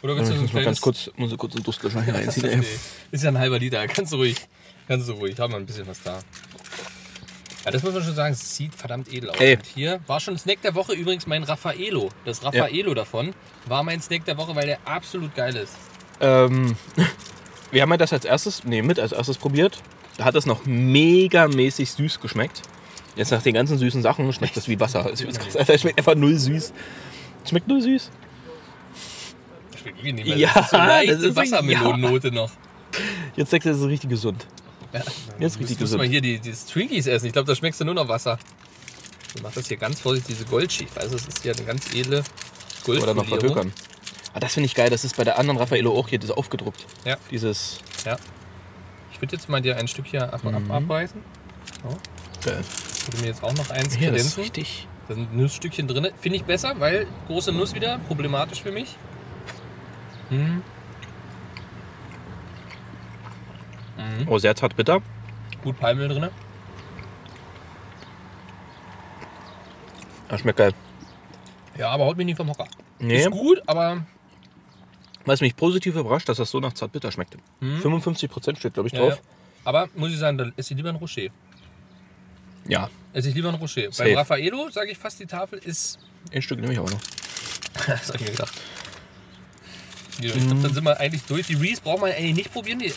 D: Oder willst
C: Ich
D: du so ein
C: muss mal ganz
D: kleines...
C: kurz, muss ich kurz einen Durstlöscher hier
D: Das
C: reinziehen.
D: ist,
C: ey.
D: okay. ist ja ein halber Liter, kannst du ruhig. Kannst du ruhig, haben wir ein bisschen was da. Ja, das muss man schon sagen, es sieht verdammt edel aus.
C: Ey.
D: Und hier war schon Snack der Woche übrigens mein Raffaello. Das Raffaello davon war mein Snack der Woche, weil der absolut geil ist.
C: Ähm, wir haben ja das als erstes, nee, mit als erstes probiert. Da hat das noch megamäßig süß geschmeckt. Jetzt nach den ganzen süßen Sachen schmeckt das wie Wasser. Es ist ganz- es schmeckt einfach null süß. Es Schmeckt null süß.
D: Das schmeckt irgendwie nicht mehr.
C: Ja,
D: das ist so eine leichte
C: das ist so-
D: Wassermelonennote noch.
C: Jetzt schmeckt es richtig gesund.
D: Ja,
C: Jetzt
D: Jetzt
C: richtig
D: muss mal
C: gesund.
D: hier die, die Twinkies essen. Ich glaube, da schmeckst du nur noch Wasser. Ich mach das hier ganz vorsichtig, diese Goldschicht. Also es ist hier eine ganz edle
C: Oder noch
D: Goldfolierung.
C: verhökern. Ah, das finde ich geil. Das ist bei der anderen Raffaello auch hier, das aufgedruckt.
D: Ja.
C: Dieses.
D: Ich würde jetzt mal dir ein Stück hier ab,
C: Mhm.
D: abbeißen.
C: Geil.
D: würde mir jetzt auch noch eins
C: Ja, das ist
D: kredenzen.
C: richtig.
D: Da sind Nussstückchen drin. Finde ich besser, weil große Nuss wieder, problematisch für mich. Hm. Hm?
C: Oh, sehr zart bitter.
D: Gut Palmöl drin.
C: Das Ah, schmeckt geil.
D: Ja, aber haut mich nicht vom Hocker.
C: Nee.
D: Ist gut, aber
C: Was mich positiv überrascht, dass das so nach zart bitter schmeckt. 55% steht, glaube ich,
D: ja,
C: drauf.
D: ja. aber muss ich sagen, dann esse ich lieber ein Rocher.
C: Ja,
D: Esse ich lieber ein Rocher.
C: Safe.
D: Beim Raffaello sage ich fast die Tafel ist.
C: ein Stück nehme ich auch noch.
D: das habe ich mir gedacht. Ja, Ich
C: Mhm.
D: glaube, dann sind wir eigentlich durch. Die Reese braucht man eigentlich nicht probieren. Die,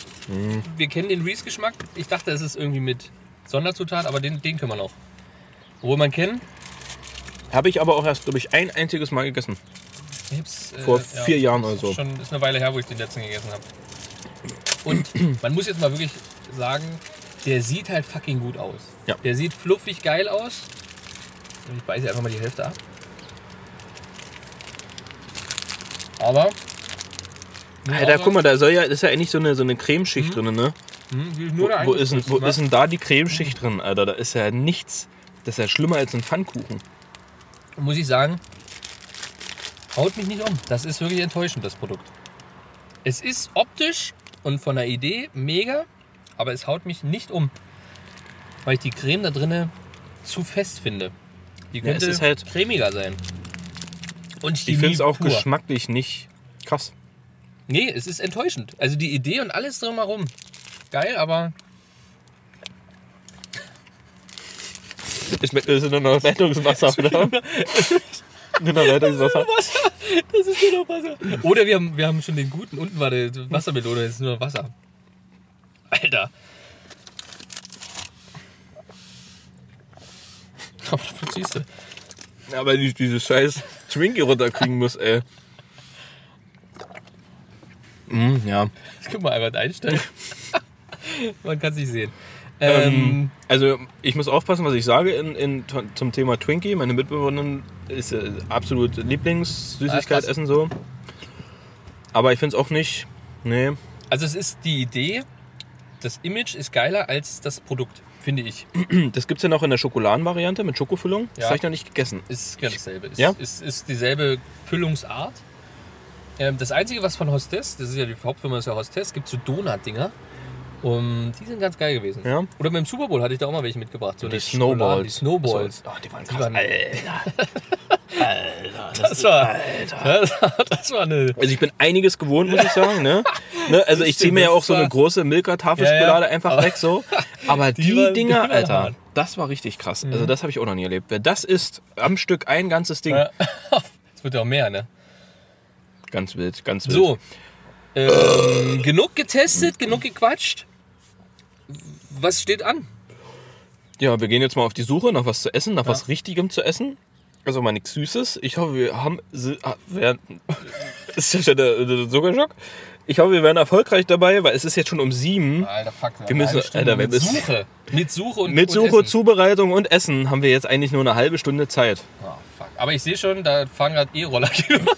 D: Wir kennen den Reese-Geschmack. Ich dachte, es ist irgendwie mit Sonderzutat, aber den, den können wir noch. Obwohl man kennt,
C: Habe ich aber auch erst, glaube ich, ein einziges Mal gegessen.
D: Ich hab's, äh,
C: Vor vier Jahren
D: ist
C: oder so.
D: Schon ist eine Weile her, wo ich den letzten gegessen habe. Und man muss jetzt mal wirklich sagen, der sieht halt fucking gut aus.
C: Ja.
D: Der sieht fluffig geil aus. Und Ich beiße einfach mal die Hälfte ab. Aber.
C: Alter, guck mal, da soll ja, ist ja eigentlich so eine, so eine Cremeschicht drin, ne?
D: Hm, die ist
C: Wo,
D: nur da
C: wo, ist, denn,
D: eingespritzt,
C: wo
D: wa?
C: ist denn da die Cremeschicht drin, Alter? Da ist ja nichts. Das ist ja schlimmer als ein Pfannkuchen.
D: Muss ich sagen, haut mich nicht um. Das ist wirklich enttäuschend, das Produkt. Es ist optisch und von der Idee mega, aber es haut mich nicht um, weil ich die Creme da drinnen zu fest finde. Die
C: Ja, es
D: könnte
C: ist halt-
D: cremiger sein. Und
C: Ich finde es auch
D: pur.
C: geschmacklich nicht krass.
D: Nee, es ist enttäuschend. Also die Idee und alles drumherum. Geil, aber
C: Es schmeckt es ist nur noch Leitungswasser, oder? nur noch Leitungswasser.
D: das ist nur noch Wasser. Oder wir haben, wir haben schon den guten. Unten war der Wassermelone, jetzt ist nur noch Wasser. Alter. Aber dafür ziehst du.
C: Aber die, diese scheiß Twinkie runterkriegen muss, ey. Mm, ja. Mm,
D: Guck mal, Albert Einstein. Man kann es nicht sehen. Ähm,
C: Also ich muss aufpassen, was ich sage in, in, zum Thema Twinkie. Meine Mitbewohnerin ist äh, absolut
D: Ah,
C: Lieblingssüßigkeit
D: krass.
C: essen so. Aber ich finde es auch nicht. Nee.
D: also es ist die Idee, das Image ist geiler als das Produkt, finde ich.
C: Hm, Das gibt es ja noch in der Schokoladenvariante mit Schokofüllung. Das
D: Ja.
C: habe ich noch nicht gegessen.
D: Ist genau dasselbe. Ist,
C: Ja?
D: ist, ist dieselbe Füllungsart. Ähm, das Einzige, was von Hostess, das ist ja die Hauptfirma, ist ja Hostess, gibt so Donut-Dinger. Um, die sind ganz geil gewesen.
C: Ja.
D: Oder beim Super Bowl hatte ich da auch mal welche mitgebracht. So
C: Die
D: eine Schokolade-
C: Snowballs.
D: Die Snowballs.
C: So, oh, die waren
D: Die
C: krass.
D: waren,
E: Alter,
D: das, war, das war eine.
C: Also ich bin einiges gewohnt, muss ich sagen. Ne? Ne? Also ich ziehe mir ja
D: das
C: auch so
D: war-
C: eine große Milka-Tafelschokolade
D: Ja, ja.
C: einfach weg so. Aber die,
D: Die waren- die
C: Dinger,
D: waren
C: Alter,
D: hart.
C: das war richtig krass. Also das habe ich auch noch nie erlebt. Wer das isst, am Stück ein ganzes Ding.
D: Ja. Es wird ja auch mehr, ne?
C: Ganz wild, ganz wild.
D: So. Ähm, genug getestet, genug gequatscht. Was steht an?
C: Ja, wir gehen jetzt mal auf die Suche nach was zu essen, nach was Richtigem zu essen. Also mal nichts Süßes. Ich hoffe, wir haben. si- ah, wer- ist ja schon der, der Zuckerschock. Ich hoffe, wir werden erfolgreich dabei, weil es ist jetzt schon um sieben.
D: Alter, fuck.
C: Wir müssen-
D: eine Stunde
C: Alter, wir
D: mit
C: müssen-
D: Suche. Mit Suche und
C: Mit
D: und
C: Suche,
D: Essen.
C: Zubereitung und Essen haben wir jetzt eigentlich nur eine halbe Stunde Zeit.
D: Ah, fuck. Aber ich sehe schon, da fahren gerade E-Roller. gegenüber.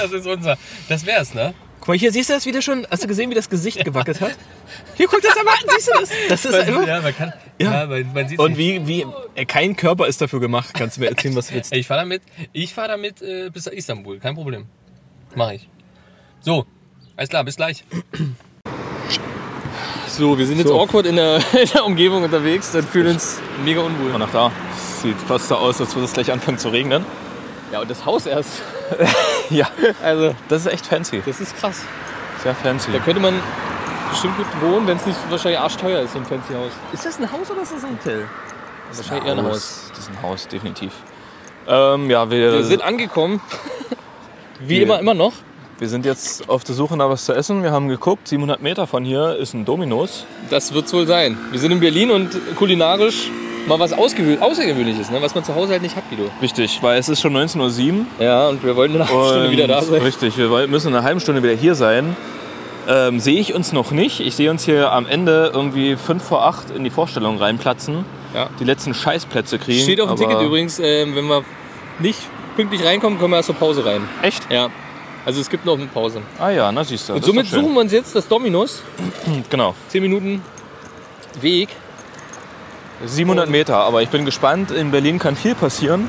D: das ist unser. Das wär's, ne?
C: Guck mal, hier siehst du das wieder schon. Hast du gesehen, wie das Gesicht gewackelt hat? Hier, guck das einmal an. Siehst du das? Das ist einfach.
D: ja, man kann.
C: Ja.
D: Ja, man, man sieht
C: Und wie, wie. äh, Kein Körper ist dafür gemacht. Kannst du mir erzählen, was du willst?
D: Ich fahre damit, ich fahr damit äh, bis nach Istanbul. Kein Problem. Mach ich. So. Alles klar, bis gleich. So, wir sind jetzt
C: So.
D: awkward in der, in der Umgebung unterwegs und fühlen uns mega unwohl.
C: nach da. Sieht fast so aus, als würde es gleich anfangen zu regnen.
D: Ja, und das Haus erst.
C: Ja,
D: Also,
C: das ist echt fancy.
D: das ist krass.
C: Sehr fancy.
D: Da könnte man bestimmt gut wohnen, wenn es nicht wahrscheinlich arschteuer ist, so ein fancy Haus.
C: Ist das ein Haus oder ist das ein Hotel?
D: Wahrscheinlich eher ein Haus.
C: Das ist ein Haus, definitiv. Ähm, ja, wir,
D: Wir sind angekommen. Wie
C: Wir-
D: immer, immer noch.
C: wir sind jetzt auf der Suche nach was zu essen. Wir haben geguckt, 700 Meter von hier ist ein Dominos.
D: Das wird's wohl sein. Wir sind in Berlin und kulinarisch mal was ausgewö- Außergewöhnliches, ne? was man zu Hause halt nicht hat, Guido.
C: Wichtig, weil es ist schon 19.07
D: Ja, und wir wollen in einer halben
C: Uhr.
D: Stunde wieder da sein.
C: Richtig, wir woll- müssen in einer halben Stunde wieder hier sein. Ähm, sehe ich uns noch nicht. Ich sehe uns hier am Ende irgendwie 5 vor 8 in die Vorstellung reinplatzen.
D: Ja.
C: Die letzten Scheißplätze kriegen.
D: Steht auf dem
C: aber-
D: Ticket übrigens, ähm, wenn wir nicht pünktlich reinkommen, kommen wir erst zur Pause rein.
C: Echt?
D: Ja. Also es gibt noch eine Pause.
C: Ah ja, na siehst du.
D: Und
C: das ist
D: somit
C: doch schön.
D: suchen wir uns jetzt das Dominos.
C: Genau.
D: 10 Minuten Weg.
C: 700 Meter, aber ich bin gespannt. In Berlin kann viel passieren.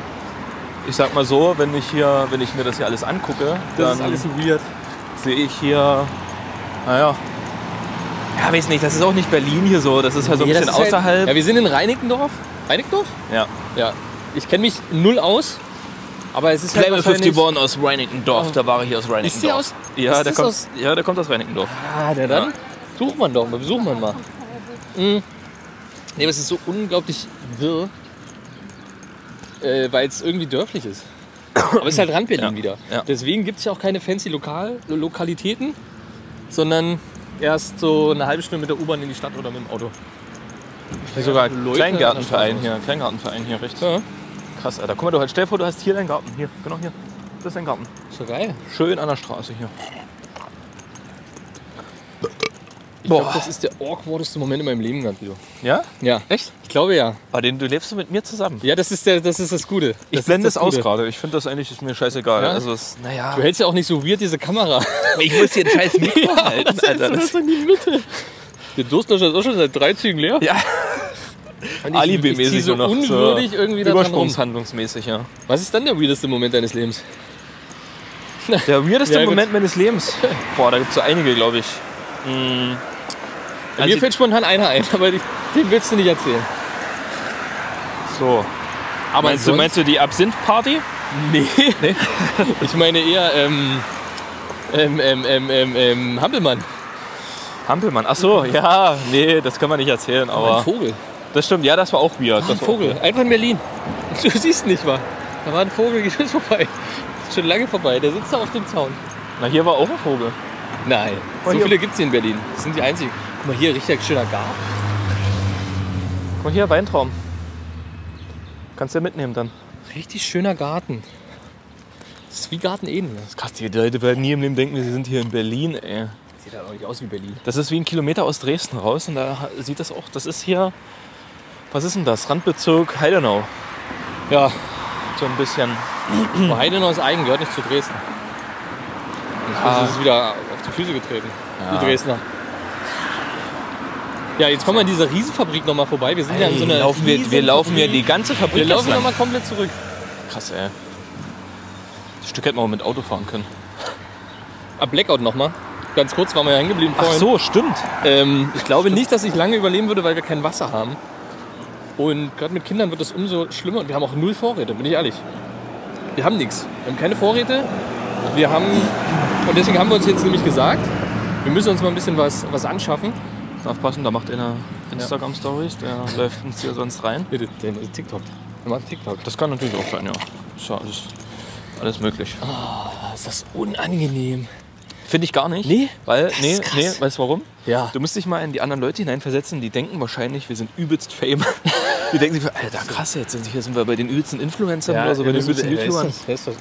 C: Ich sag mal so, wenn ich, hier, wenn ich mir das hier alles angucke, dann
D: weird.
C: sehe ich hier, naja, ja, weiß nicht, das ist auch nicht Berlin hier so, das ist
D: Also
C: halt- ja so ein bisschen außerhalb.
D: halt ja, wir sind in Reinickendorf. Reinickendorf?
C: ja.
D: Ja. Ich kenne mich null aus, aber es ist halt
C: Level
D: wahrscheinlich-
C: 51 aus Reinickendorf, da war Oh. ich aus Reinickendorf.
D: Ist der aus-
C: Ja,
D: ist
C: der
D: das
C: kommt,
D: aus-
C: ja, der kommt aus Reinickendorf.
D: Ah, na dann sucht man doch, mal, besucht man mal. Mhm. Nee, aber es ist so unglaublich wirr, äh, weil es irgendwie dörflich ist. Aber es ist halt Rand-Berlin
C: Ja,
D: wieder.
C: ja.
D: Deswegen gibt es ja auch keine fancy Lokal Lokalitäten, sondern erst so eine halbe Stunde mit der U-Bahn in die Stadt oder mit dem Auto.
C: Hier sogar
D: Leute
C: Kleingartenverein
D: an der
C: hier, Kleingartenverein hier rechts.
D: Ja,
C: Krass, Alter. Guck mal, du hast, stell dir vor, du hast hier deinen Garten, hier, genau hier. Das ist dein Garten.
D: ist doch geil.
C: Schön an der Straße hier.
D: Ich glaube,
C: Boah.
D: das ist der awkwardeste Moment in meinem Leben gerade wieder.
C: Ja?
D: Ja.
C: Echt?
D: Ich glaube ja.
C: Aber Ah, den, du lebst mit mir zusammen.
D: Ja, das ist, der, das, ist das Gute.
C: Ich
D: das
C: blende
D: ist
C: es aus
D: Gute.
C: gerade. Ich finde das eigentlich ist mir scheißegal.
D: Ja?
C: Also es, naja.
D: Du hältst ja auch nicht so weird diese Kamera.
C: Ich muss hier den scheiß Mikro halten, Alter. Das,
D: in die Mitte. Der Durstlöscher ist auch schon seit drei Zügen leer.
C: ja,
D: Und ich- ich zieh
C: alibi-mäßig
D: so
C: nur noch.
D: unwürdig
C: so
D: irgendwie da dran rum.
C: Übersprungshandlungsmäßig, ja.
D: Was ist dann der weirdeste Moment deines Lebens?
C: Der weirdeste
D: Ja, gut.
C: Moment meines Lebens. Boah, da gibt es so einige, glaube ich. Mm. Also
D: Mir
C: ich-
D: fällt spontan einer ein, aber ich- den willst du nicht erzählen.
C: so.
D: Aber
C: Meinst du,
D: sonst-
C: meinst du die Absinth-Party?
D: Nee. ich meine eher ähm, ähm, ähm, ähm, ähm, ähm, Hampelmann.
C: Hampelmann. Ach so, ja. Nee, das kann man nicht erzählen,
D: Ein
C: aber.
D: Vogel. Ah,
C: Das stimmt, ja, das war auch weird.
D: Ein
C: das war auch
D: Vogel. Einfach in Berlin. Du siehst nicht mal. Da war ein Vogel, geht schon vorbei. Ist schon lange vorbei. Der sitzt da auf dem Zaun.
C: weird. Na, hier war auch ein Vogel.
D: Nein.
C: Oh,
D: So
C: hier-
D: viele gibt's hier in Berlin. Das sind die einzigen. Guck mal hier, richtig schöner Garten.
C: Guck mal, hier, Weintraum. Kannst du ja mitnehmen dann.
D: Richtig schöner Garten. Das ist wie Garten Eden.
C: Krass, die Leute werden nie im Leben denken, wir sind hier in Berlin, ey.
F: Sieht
D: halt
F: ja auch nicht aus wie Berlin.
C: Das ist wie ein Kilometer aus Dresden raus und da sieht das auch, das ist hier, was ist denn das? Randbezirk Heidenau.
D: Ja,
C: So ein bisschen.
D: aber Heidenau ist eigen, gehört nicht zu Dresden. Das ist wieder auf die Füße getreten, die Dresdner. Ja, jetzt kommen wir an dieser Riesenfabrik nochmal vorbei. Wir sind ja in so einer
C: laufen wir, wir
D: riesen
C: laufen ja
D: Fabrik.
C: die ganze Fabrik
D: Wir laufen
C: entlang.
D: nochmal komplett zurück.
C: Krass, ey. Das Stück hätten wir auch mit Auto fahren können.
D: Ah, Blackout nochmal. Ganz kurz waren wir ja hängen geblieben vorhin.
C: stimmt.
D: Ähm, ich glaube nicht, dass ich lange überleben würde, weil wir kein Wasser haben. Und gerade mit Kindern wird das umso schlimmer. Und wir haben auch null Vorräte, bin ich ehrlich. Wir haben nichts. Wir haben keine Vorräte. Wir haben. Und deswegen haben wir uns jetzt nämlich gesagt, wir müssen uns mal ein bisschen was, was anschaffen.
C: Aufpassen, da macht einer Instagram-Stories, der läuft uns hier sonst rein.
D: Bitte, der ist TikTok. Wir machen TikTok.
C: Das kann natürlich auch sein, ja. Ist ja alles, alles möglich.
D: Ist das unangenehm?
C: Finde ich gar nicht. Nee? Weil, nee,
D: krass.
C: nee, weißt du warum?
D: Ja.
C: Du musst dich mal in die anderen Leute hineinversetzen, die denken wahrscheinlich, wir sind übelst fame. Die denken sich, Alter, krass, jetzt sind, hier sind wir bei den übelsten Influencern oder
D: also
C: so, bei den übelsten YouTubern.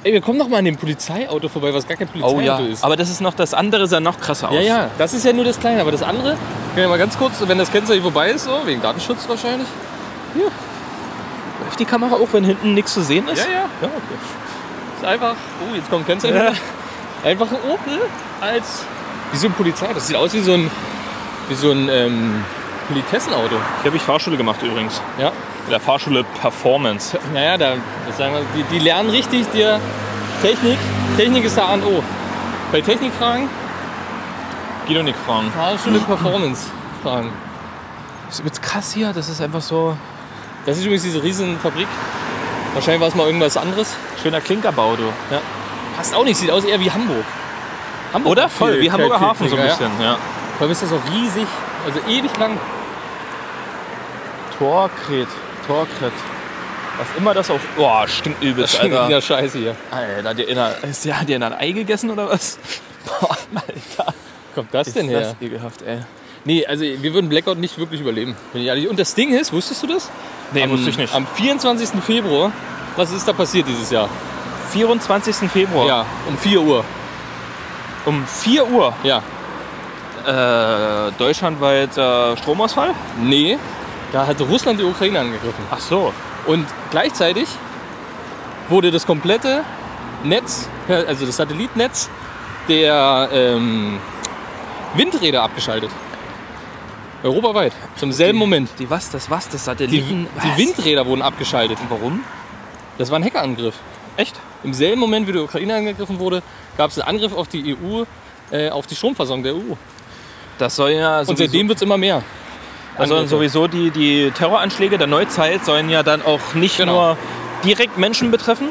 D: Ey, wir kommen doch mal an dem Polizeiauto vorbei, was gar kein Polizeiauto
C: Oh ja,
D: ist.
C: aber das ist noch, das andere sah noch krasser aus.
D: Ja, ja, das ist ja nur das Kleine, aber das andere, können wir mal ganz kurz, wenn das Kennzeichen vorbei ist, so, wegen Datenschutz wahrscheinlich.
C: Läuft die Kamera auch, wenn hinten nichts zu sehen ist?
D: ja. ja okay. Ist einfach, oh, jetzt kommt Kennzeichen. Ja. Einfach ein Opel als, wie so ein Polizei, das sieht aus wie so ein, wie so ein, ähm, Politessenauto.
C: Hier habe ich Fahrschule gemacht übrigens.
D: Ja.
C: In der Fahrschule Performance.
D: Naja, da, das sagen wir, die, die lernen richtig dir Technik. Technik ist da A und O. Bei Technikfragen,
C: Guido Nick fragen.
D: Fahrschule Performance-Fragen.
C: Das ist übelst krass hier, das ist einfach so
D: Das ist übrigens diese riesen Fabrik. Wahrscheinlich war es mal irgendwas anderes.
C: schöner Klinkerbau, du.
D: Passt auch nicht, sieht aus eher wie Hamburg. Hamburg
C: Oder?
D: hat
C: Voll,
D: viel-
C: wie Hamburger
D: viel
C: Hafen so ein
D: Klinker,
C: bisschen, ja.
D: Ja. Vor allem ist das auch riesig, also ewig lang.
C: Torkret, Torkret. Was immer das auch. Boah, stinkt übelst, Alter.
D: Ja, scheiße hier.
C: Alter, hat ihr in der, ist der, hat ihr in ein Ei gegessen oder was? Boah, Alter.
D: Kommt das
C: Ist
D: denn her?
C: das ekelhaft, ey.
D: Nee, also wir würden Blackout nicht wirklich überleben. Bin ich ehrlich. Und das Ding ist, wusstest du das?
C: Nee,
D: am,
C: wusste ich nicht.
D: Am 24. Februar, was ist da passiert dieses Jahr?
C: 24. Februar
D: Ja, um 4 Uhr.
C: um 4 Uhr
D: Ja.
C: äh, deutschlandweit äh, Stromausfall.
D: Nee, da hat Russland die Ukraine angegriffen.
C: Ach so.
D: Und gleichzeitig wurde das komplette Netz, also das Satellitnetz der ähm, Windräder abgeschaltet. Europaweit, zum selben Moment.
C: Die was, das was, das
D: Die,
C: Satelliten.
D: die Windräder wurden abgeschaltet.
C: Warum?
D: Das war ein Hackerangriff.
C: Echt?
D: Im selben Moment, wie die Ukraine angegriffen wurde, gab es einen Angriff auf die EU, äh, auf die Stromversorgung der EU.
C: Das soll ja
D: Und
C: sowieso,
D: seitdem wird es immer mehr.
C: das sollen
D: Angriffe.
C: sowieso die, die Terroranschläge der Neuzeit sollen ja dann auch nicht
D: Genau.
C: nur direkt Menschen betreffen,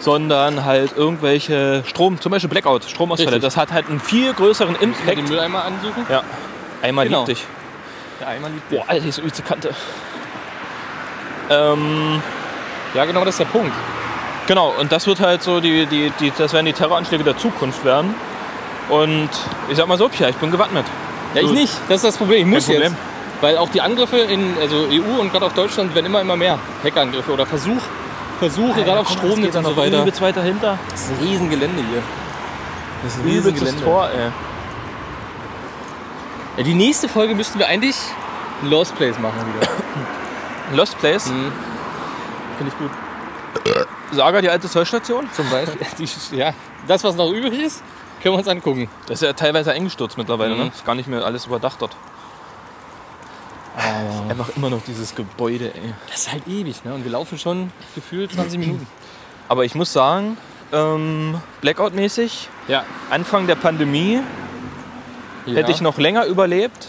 C: sondern halt irgendwelche Strom, zum Beispiel Blackout, Stromausfälle.
D: Richtig.
C: Das hat halt einen viel größeren
D: Müssen wir den
C: Impact.
D: Mülleimer ansuchen?
C: Ja. Einmal
D: Genau.
C: lieb dich.
D: Der Eimer liegt
C: Boah, Alter, hier ist übelste Kante. Ähm,
D: Ja, genau, das ist der Punkt.
C: genau, und das wird halt so, die, die, die, das werden die Terroranschläge der Zukunft werden. Und ich sag mal so, Pia, ich bin gewappnet.
D: Ja, ich
C: Gut.
D: nicht. Das ist das Problem. Ich muss
C: Problem.
D: jetzt. Weil auch die Angriffe in also EU und gerade auf Deutschland werden immer, immer mehr. Hackerangriffe oder Versuch, Versuche, gerade auf Stromnetz und so weiter.
C: Übelst weiter hinter.
D: Das ist ein Riesengelände hier. Das ist ein
C: Übelstes Tor, ey.
D: Ja, die nächste Folge müssten wir eigentlich ein Lost Place machen wieder.
C: Lost Place,
D: Finde ich gut.
C: Saga, die alte Zollstation.
D: Zum Beispiel. Die, ja, das, was noch übrig ist, können wir uns angucken.
C: Das ist ja teilweise eingestürzt mittlerweile,
D: Mhm.
C: ne? Ist gar nicht mehr alles überdacht dort. Einfach immer noch dieses Gebäude, ey.
D: Das ist halt ewig, ne? Und wir laufen schon gefühlt 20 Minuten.
C: Aber ich muss sagen, ähm, Blackout-mäßig,
D: Ja.
C: Anfang der Pandemie hätte ich noch länger überlebt.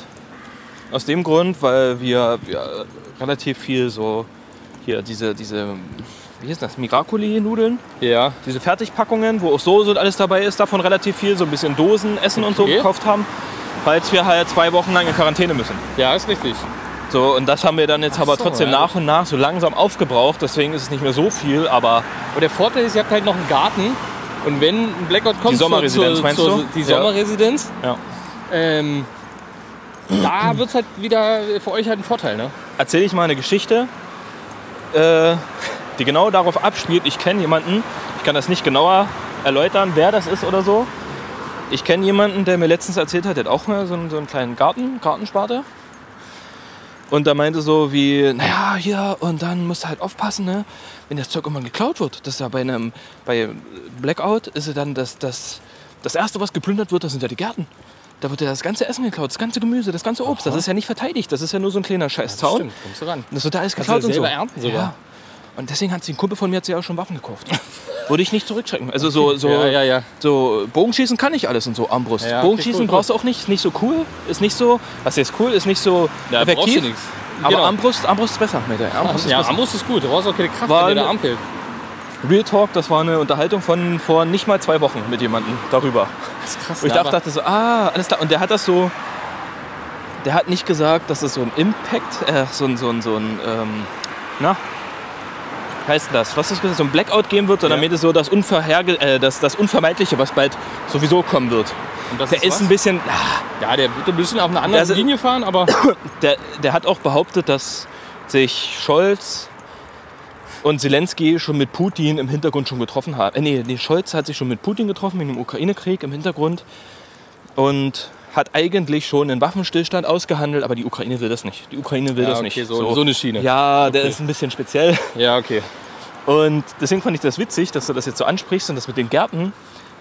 C: Aus dem Grund, weil wir, wir relativ viel so hier diese, diese wie hieß das, Miracoli-Nudeln,
D: Ja.
C: diese Fertigpackungen, wo auch Soße und alles dabei ist, davon relativ viel, so ein bisschen Dosen, Essen und so
D: Okay.
C: gekauft haben, falls wir halt zwei Wochen lang in Quarantäne müssen.
D: Ja, ist richtig.
C: So, und das haben wir dann jetzt aber
D: so,
C: trotzdem
D: ja.
C: nach und nach so langsam aufgebraucht, deswegen ist es nicht mehr so viel, aber
D: Und der Vorteil ist, ihr habt halt noch einen Garten. Und wenn ein Blackout kommt, zur-
C: Sommerresidenz, meinst du?
D: Die
C: Ja.
D: Sommerresidenz,
C: ja.
D: ähm, da wird es halt wieder für euch halt ein Vorteil, ne?
C: erzähle ich mal eine Geschichte, äh, die genau darauf abspielt. Ich kenne jemanden, ich kann das nicht genauer erläutern, wer das ist oder so. Ich kenne jemanden, der mir letztens erzählt hat, der hat auch mal so einen, so einen kleinen Garten, Gartensparte. Und da meinte so wie, naja, hier, und dann musst du halt aufpassen, ne? wenn das Zeug irgendwann geklaut wird. Das ist ja bei einem bei Blackout, ist ja dann das, das, das Erste, was geplündert wird, das sind ja die Gärten. Da wird ja das ganze Essen geklaut, das ganze Gemüse, das ganze Obst. Das ist ja nicht verteidigt, das ist ja nur so ein kleiner Scheißzaun.
D: Stimmt, kommst du ran.
C: Das wird da alles
D: Kannst du
C: geklaut und so.
D: selber ernten sogar.
C: Ja. Und deswegen hat sich ein Kumpel von mir hat sich auch schon Waffen gekauft. Würde ich nicht zurückschrecken. Also so, so,
D: Ja, ja, ja.
C: so Bogenschießen kann ich alles und so Armbrust.
D: Ja,
C: Bogenschießen
D: okay, cool, cool.
C: brauchst du auch nicht, ist nicht so cool, ist nicht so, was jetzt cool, ist nicht so
D: Ja, brauchst
C: effektiv.
D: du nichts.
C: Aber
D: Genau.
C: Armbrust, Armbrust ist besser, Alter. Armbrust ist
D: Ja,
C: besser.
D: Ambus ist gut. Du brauchst auch keine Kraft,
C: War
D: wenn dir der
C: eine-
D: Arm fehlt.
C: Real Talk, das war eine Unterhaltung von vor nicht mal zwei Wochen mit jemandem darüber.
D: Das ist krass.
C: Und ich
D: ne?
C: dachte, dachte so, ah, alles klar. Und der hat das so, der hat nicht gesagt, dass es so ein Impact, äh, so ein, so ein, so ein, ähm, na, wie heißt denn das? Was ist gesagt, so ein Blackout geben wird, sondern
D: Ja.
C: ja. so das, Unverherge äh, das, das Unvermeidliche, was bald sowieso kommen wird.
D: aber- Und das
C: Der ist
D: was?
C: ein bisschen, ah,
D: Ja, der wird ein bisschen auf eine andere
C: Der ist-
D: Linie fahren, aber
C: der, der hat auch behauptet, dass sich Scholz und Zelensky schon mit Putin im Hintergrund schon getroffen haben. Äh, nee, nee, Scholz hat sich schon mit Putin getroffen wegen dem Ukraine-Krieg im Hintergrund und hat eigentlich schon einen Waffenstillstand ausgehandelt, aber die Ukraine will das nicht. Die Ukraine will
D: Ja,
C: das
D: okay,
C: nicht.
D: so- so eine Schiene.
C: Ja, der ist ein bisschen speziell.
D: ja, okay.
C: Und deswegen fand ich das witzig, dass du das jetzt so ansprichst und das mit den Gärten,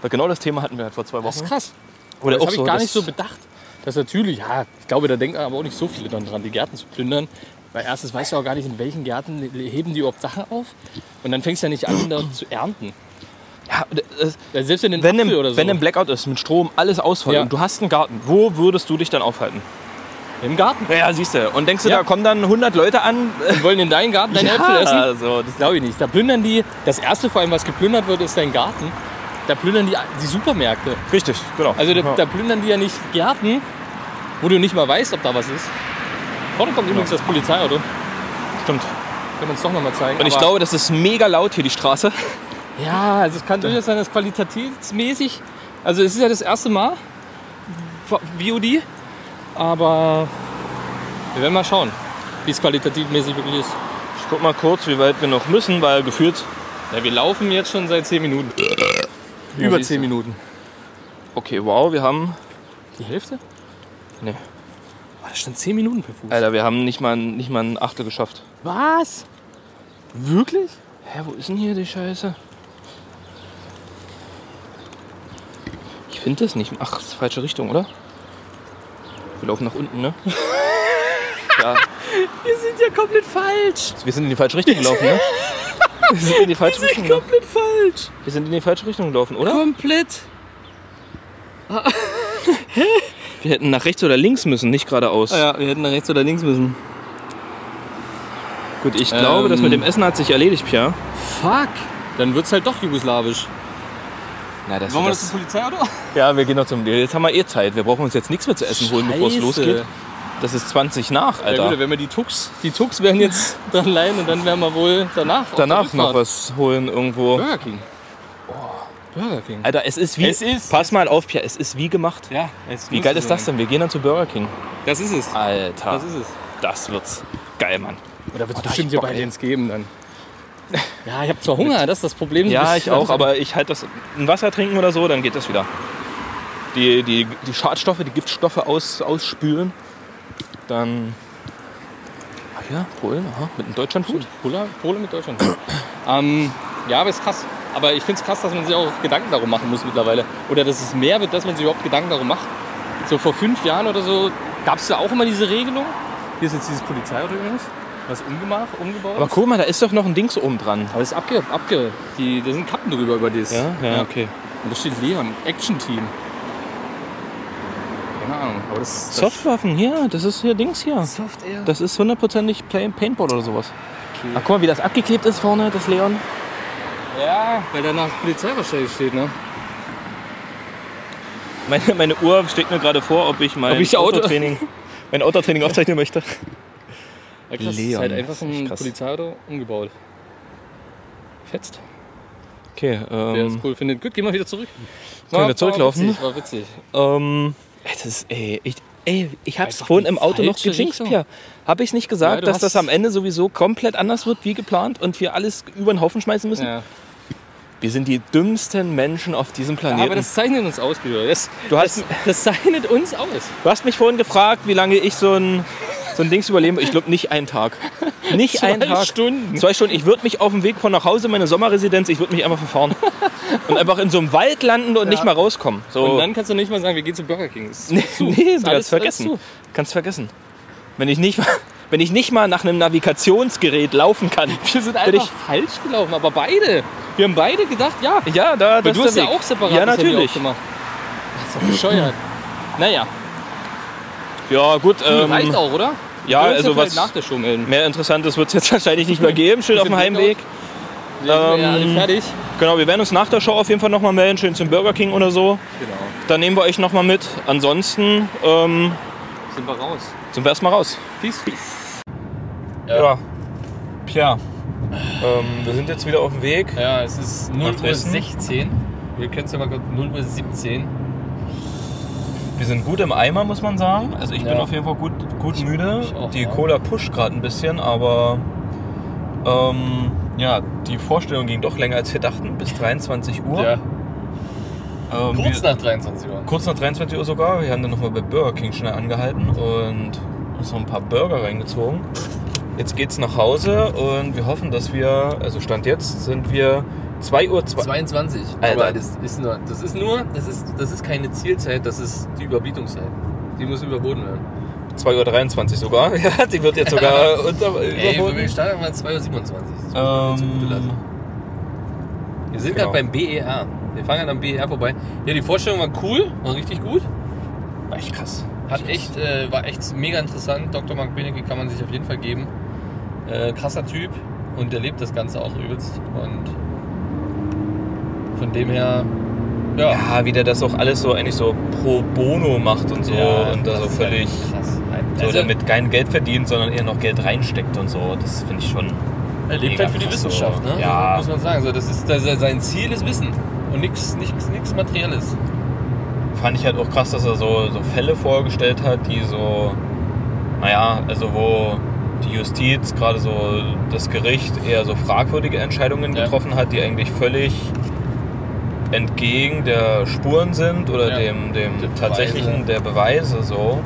C: weil genau das Thema hatten wir halt vor zwei
D: Das
C: Wochen.
D: ist krass.
C: Oder
D: das habe ich gar
C: dass-
D: nicht so bedacht. Das ist natürlich, ja, ich glaube, da denken aber auch nicht so viele dann dran, die Gärten zu plündern. Weil erstens weißt du auch gar nicht, in welchen Gärten heben die überhaupt Sachen auf. Und dann fängst du ja nicht an, da zu ernten.
C: ja, das,
D: Ja, Selbst in den
C: Wenn
D: Apfel
C: ein,
D: oder so.
C: wenn ein Blackout ist, mit Strom, alles ausfällt
D: Ja.
C: und du hast einen Garten, wo würdest du dich dann aufhalten?
D: Im Garten.
C: Ja, siehst du. Und denkst du,
D: Ja.
C: da kommen dann 100 Leute an?
D: Die wollen in deinen Garten deine
C: Ja,
D: Äpfel essen.
C: So, das,
D: Das glaube ich nicht. Da plündern die, das erste vor allem, was geplündert wird, ist dein Garten. Da plündern die die Supermärkte.
C: richtig, genau.
D: Also da,
C: ja.
D: da plündern die ja nicht Gärten, wo du nicht mal weißt, ob da was ist. Vorne kommt übrigens das Polizeiauto.
C: stimmt.
D: Können wir uns doch nochmal zeigen.
C: Und ich
D: Aber-
C: glaube, das ist mega laut hier, die Straße.
D: Ja, also es kann durchaus sein, dass qualitätsmäßig. Also es ist ja das erste Mal. V- VOD. Aber wir werden mal schauen, wie es qualitativmäßig wirklich ist.
C: Ich guck mal kurz, wie weit wir noch müssen, weil gefühlt...
D: Ja, wir laufen jetzt schon seit 10 Minuten. Über
C: siehst
D: 10
C: du.
D: Minuten.
C: Okay, wow, wir haben...
D: Die Hälfte?
C: Nee.
D: Oh, das stand 10 Minuten per Fuß.
C: Alter, wir haben nicht mal, ein- nicht mal ein Achtel geschafft.
D: Was? Wirklich?
C: Hä, wo ist denn hier die Scheiße? Ich finde das nicht. Ach, das ist falsche Richtung, oder? Wir laufen nach unten, ne?
D: Wir sind ja komplett falsch.
C: Wir sind in die falsche Richtung gelaufen, ne? Wir sind in die falsche Richtung gelaufen.
D: Komplett falsch.
C: Wir sind in die falsche Richtung gelaufen, oder?
D: Komplett.
C: Wir hätten nach rechts oder links müssen, nicht geradeaus.
D: Ja, wir hätten da rechts oder links müssen.
C: Gut, ich glaube, das mit dem Essen hat sich erledigt, Pia.
D: Fuck. Dann wird's halt doch jugoslawisch.
C: Na, das,
D: zum Polizeiauto?
C: ja, wir gehen noch zum. Jetzt haben wir eh Zeit. Wir brauchen uns jetzt nichts mehr zu essen holen, bevor es
D: Scheiße.
C: losgeht. Das ist 20 nach,
D: Ja, gut,
C: Alter.
D: wenn wir die Tux, die Tux werden jetzt dran leihen und dann werden wir wohl danach. auf der
C: Danach noch
D: Rückfahrt-
C: was holen irgendwo.
D: Burger King. Oh, Burger King.
C: Alter, es ist wie.
D: Es ist-
C: Pass mal auf, Pia, es ist wie gemacht.
D: Ja,
C: Wie geil ist das denn? Wir gehen dann zu Burger King.
D: Das ist es.
C: Alter,
D: Das ist es. Oh,
C: das wird's geil, Mann.
D: Oder wird es
C: da hab ich
D: bestimmt hier
C: Bock,
D: bei
C: ey.
D: uns geben dann. Ja, ich habe zwar Hunger, das ist das Problem.
C: Ja, ich auch, aber ich halt das ein Wasser trinken oder so, dann geht das wieder. Die, die, die Schadstoffe, die Giftstoffe aus, ausspülen. Dann. Ah ja, Polen, aha, mit einem Deutschlandhut.
D: Pole, Pole mit Deutschland. ähm, ja, aber ist krass. Aber ich finde es krass, dass man sich auch Gedanken darum machen muss mittlerweile. Oder dass es mehr wird, dass man sich überhaupt Gedanken darum macht. So vor fünf Jahren oder so gab es ja auch immer diese Regelung. Hier ist jetzt dieses Polizeiauto übrigens. Was umgemacht, umgebaut.
C: Aber guck mal, da ist doch noch ein Dings oben dran.
D: Aber das ist abge... abge die, da sind Kappen drüber über das.
C: okay.
D: Und da steht Leon, Action-Team. Keine Ahnung. Aber das ist...
C: Softwaffen, ja, das ist hier Dings hier.
D: Soft Air.
C: Das ist hundertprozentig Play- Paintball oder sowas. Ach, guck mal, wie das abgeklebt ist vorne, das Leon.
D: Ja, weil danach Polizei wahrscheinlich steht, ne?
C: Meine, meine Uhr steht mir gerade vor, ob ich mein
D: Ob ich Auto-
C: Autotraining, mein Autotraining aufzeichnen möchte.
D: Ja, krass, das ist
C: Leon,
D: halt
C: das
D: einfach
C: ist echt
D: ein
C: krass.
D: Polizeiauto umgebaut. Fetzt.
C: Okay,
D: Wer
C: ähm,
D: das cool findet. Gut, gehen wir wieder zurück.
C: wir
D: War-
C: zurücklaufen?
D: War witzig. War witzig.
C: Ähm, es ist, ey, ich, ey, ich hab's
D: Einfach
C: vorhin
D: die
C: im Auto noch
D: falsche
C: gejinxt,
D: Richtung.
C: Pia. Hab ich's nicht gesagt,
D: Ja, du
C: dass
D: hast-
C: das am Ende sowieso komplett anders wird wie geplant und wir alles über den Haufen schmeißen müssen?
D: Ja.
C: Wir sind die dümmsten Menschen auf diesem Planeten.
D: Aber das zeichnet uns aus, Guido. Das,
C: Du hast-
D: das, das zeichnet uns aus.
C: du hast mich vorhin gefragt, wie lange ich so ein, so ein Dings überlebe. Ich glaube, nicht einen Tag. Nicht einen
D: Zwei
C: Tag.
D: Stunden.
C: Zwei Stunden. Ich würde mich auf dem Weg von nach Hause, meine Sommerresidenz, ich würde mich einfach verfahren. Und einfach in so einem Wald landen und nicht mal rauskommen. So.
D: Und dann kannst du nicht mal sagen, wir gehen zu Burger King. Das ist
C: Oh. Nee,
D: zu.
C: nee
D: Ist
C: du kannst
D: alles-
C: vergessen.
D: alles
C: Kannst vergessen. Wenn ich nicht mal, wenn ich nicht mal nach einem Navigationsgerät laufen kann.
D: zu. Wir sind
C: Bin
D: einfach falsch gelaufen, aber beide. Wir haben beide gedacht, ja.
C: ich, ja, da
D: Aber
C: das
D: du
C: ist
D: hast
C: der
D: ja
C: Weg.
D: auch separat
C: Ja,
D: das Handy
C: natürlich.
D: aufgemacht. Das ist doch bescheuert. Naja,
C: Ja, gut. Ähm,
D: reicht auch, oder?
C: ja,
D: Wir können uns
C: also
D: vielleicht
C: was-
D: nach der Show melden.
C: Mehr Interessantes wird es jetzt wahrscheinlich nicht mehr geben. Schön auf dem
D: Bisschen
C: Heimweg.
D: Wir sind ja alle
C: ähm,
D: fertig.
C: Genau, wir werden uns nach der Show auf jeden Fall nochmal melden. Schön zum Burger King oder so.
D: Genau.
C: Dann nehmen wir euch nochmal mit. Ansonsten ähm,
D: Sind wir raus.
C: sind wir erstmal raus.
D: Peace.
C: Ja. Tja. Ähm, wir sind jetzt wieder auf dem Weg.
D: Ja, es ist 0 Uhr
C: Dresden?
D: 16. Wir können es ja mal kurz 0 Uhr 17.
C: Wir sind gut im Eimer, muss man sagen. Also ich bin
D: Ja.
C: auf jeden Fall gut, gut müde.
D: ich auch,
C: die
D: ja.
C: Cola pusht gerade ein bisschen, aber ähm, ja, die Vorstellung ging doch länger als wir dachten, bis 23 Uhr.
D: Ja,
C: Ähm,
D: kurz
C: wir,
D: nach 23 Uhr.
C: kurz nach 23 Uhr sogar. Wir haben dann nochmal bei Burger King schnell angehalten und uns noch ein paar Burger reingezogen. Jetzt geht's nach Hause und wir hoffen, dass wir, also Stand jetzt, sind wir 2 Uhr. Zwei,
D: 22.
C: Alter.
D: Aber das ist nur, das ist nur, das ist, das ist keine Zielzeit, das ist die Überbietungszeit. Die muss überboten werden.
C: 2 Uhr 23 sogar. Ja, die wird jetzt sogar unter,
D: Ey, wir
C: überboten.
D: starten mal 2 Uhr 27. Das muss man zugute
C: Ähm,
D: lassen. Wir sind
C: Genau.
D: gerade beim BER. Wir fahren gerade am BER E vorbei. Ja, die Vorstellung war cool, war richtig gut.
C: war echt krass.
D: Hat echt, äh, war echt mega interessant. Dr. Mark Benecke kann man sich auf jeden Fall geben. Äh, krasser Typ und er lebt das Ganze auch übelst. Und von dem her, ja.
C: ja, wie der das auch alles so eigentlich so pro bono macht und so und da so
D: ist halt
C: völlig
D: krass.
C: so
D: Also,
C: damit kein Geld verdient, sondern eher noch Geld reinsteckt und so. Das finde ich schon.
D: er lebt
C: mega
D: halt für die
C: krass
D: Wissenschaft,
C: so.
D: ne?
C: Ja.
D: Muss man sagen. So, das ist, das, sein Ziel ist Wissen und nichts nix, nix Materielles.
C: Fand ich halt auch krass, dass er so, so Fälle vorgestellt hat, die so, naja, also wo die Justiz, gerade so das Gericht, eher so fragwürdige Entscheidungen
D: Ja.
C: getroffen hat, die eigentlich völlig entgegen der Spuren sind oder
D: Ja.
C: dem, dem
D: Der Beweise.
C: tatsächlichen, der Beweise so.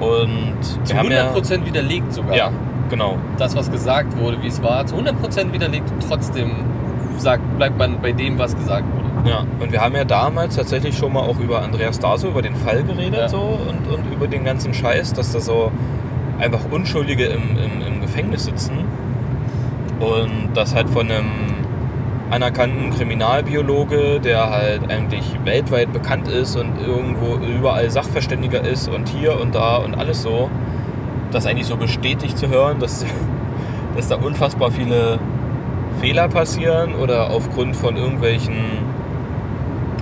C: Und
D: Zu
C: wir haben ja,
D: 100% widerlegt sogar.
C: ja, genau.
D: Das, was gesagt wurde, wie es war, zu 100% widerlegt und trotzdem sagt, bleibt man bei dem, was gesagt wurde.
C: Ja, und wir haben ja damals tatsächlich schon mal auch über Andreas Daso, über den Fall geredet
D: Ja.
C: so und, und über den ganzen Scheiß, dass da so einfach Unschuldige im, im, im Gefängnis sitzen und das halt von einem anerkannten Kriminalbiologe, der halt eigentlich weltweit bekannt ist und irgendwo überall Sachverständiger ist und hier und da und alles so, das eigentlich so bestätigt zu hören, dass, dass da unfassbar viele Fehler passieren oder aufgrund von irgendwelchen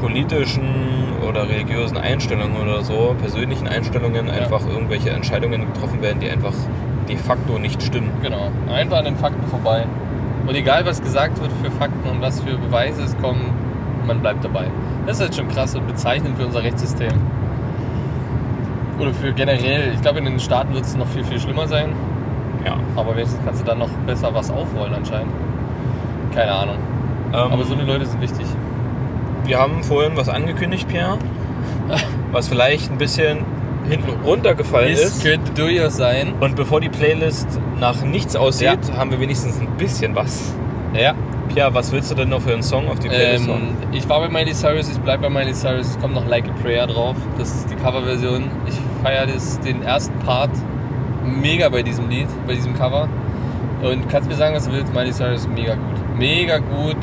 C: politischen oder religiösen Einstellungen oder so, persönlichen Einstellungen einfach irgendwelche Entscheidungen getroffen werden, die einfach de facto nicht stimmen.
D: Genau, einfach an den Fakten vorbei. Und egal, was gesagt wird für Fakten und was für Beweise es kommen, man bleibt dabei. Das ist halt schon krass und bezeichnend für unser Rechtssystem. Oder für generell. Ich glaube, in den Staaten wird es noch viel, viel schlimmer sein.
C: Ja.
D: Aber wenigstens kannst du dann noch besser was aufrollen anscheinend. Keine Ahnung.
C: Ähm,
D: Aber so eine Leute sind wichtig.
C: wir haben vorhin was angekündigt, Pierre, was vielleicht ein bisschen hinten runtergefallen
D: Es
C: ist.
D: könnte durchaus sein.
C: Und bevor die Playlist nach nichts aussieht, haben wir wenigstens ein bisschen was.
D: Ja.
C: Pierre, was willst du denn noch für einen Song auf die Playlist
D: Ähm,
C: machen?
D: ich war bei Miley Cyrus, ich bleib bei Miley Cyrus, es kommt noch Like a Prayer drauf. Das ist die Coverversion. Ich feiere den ersten Part mega bei diesem Lied, bei diesem Cover. Und kannst mir sagen, was du willst, Miley Cyrus mega gut. Mega gut,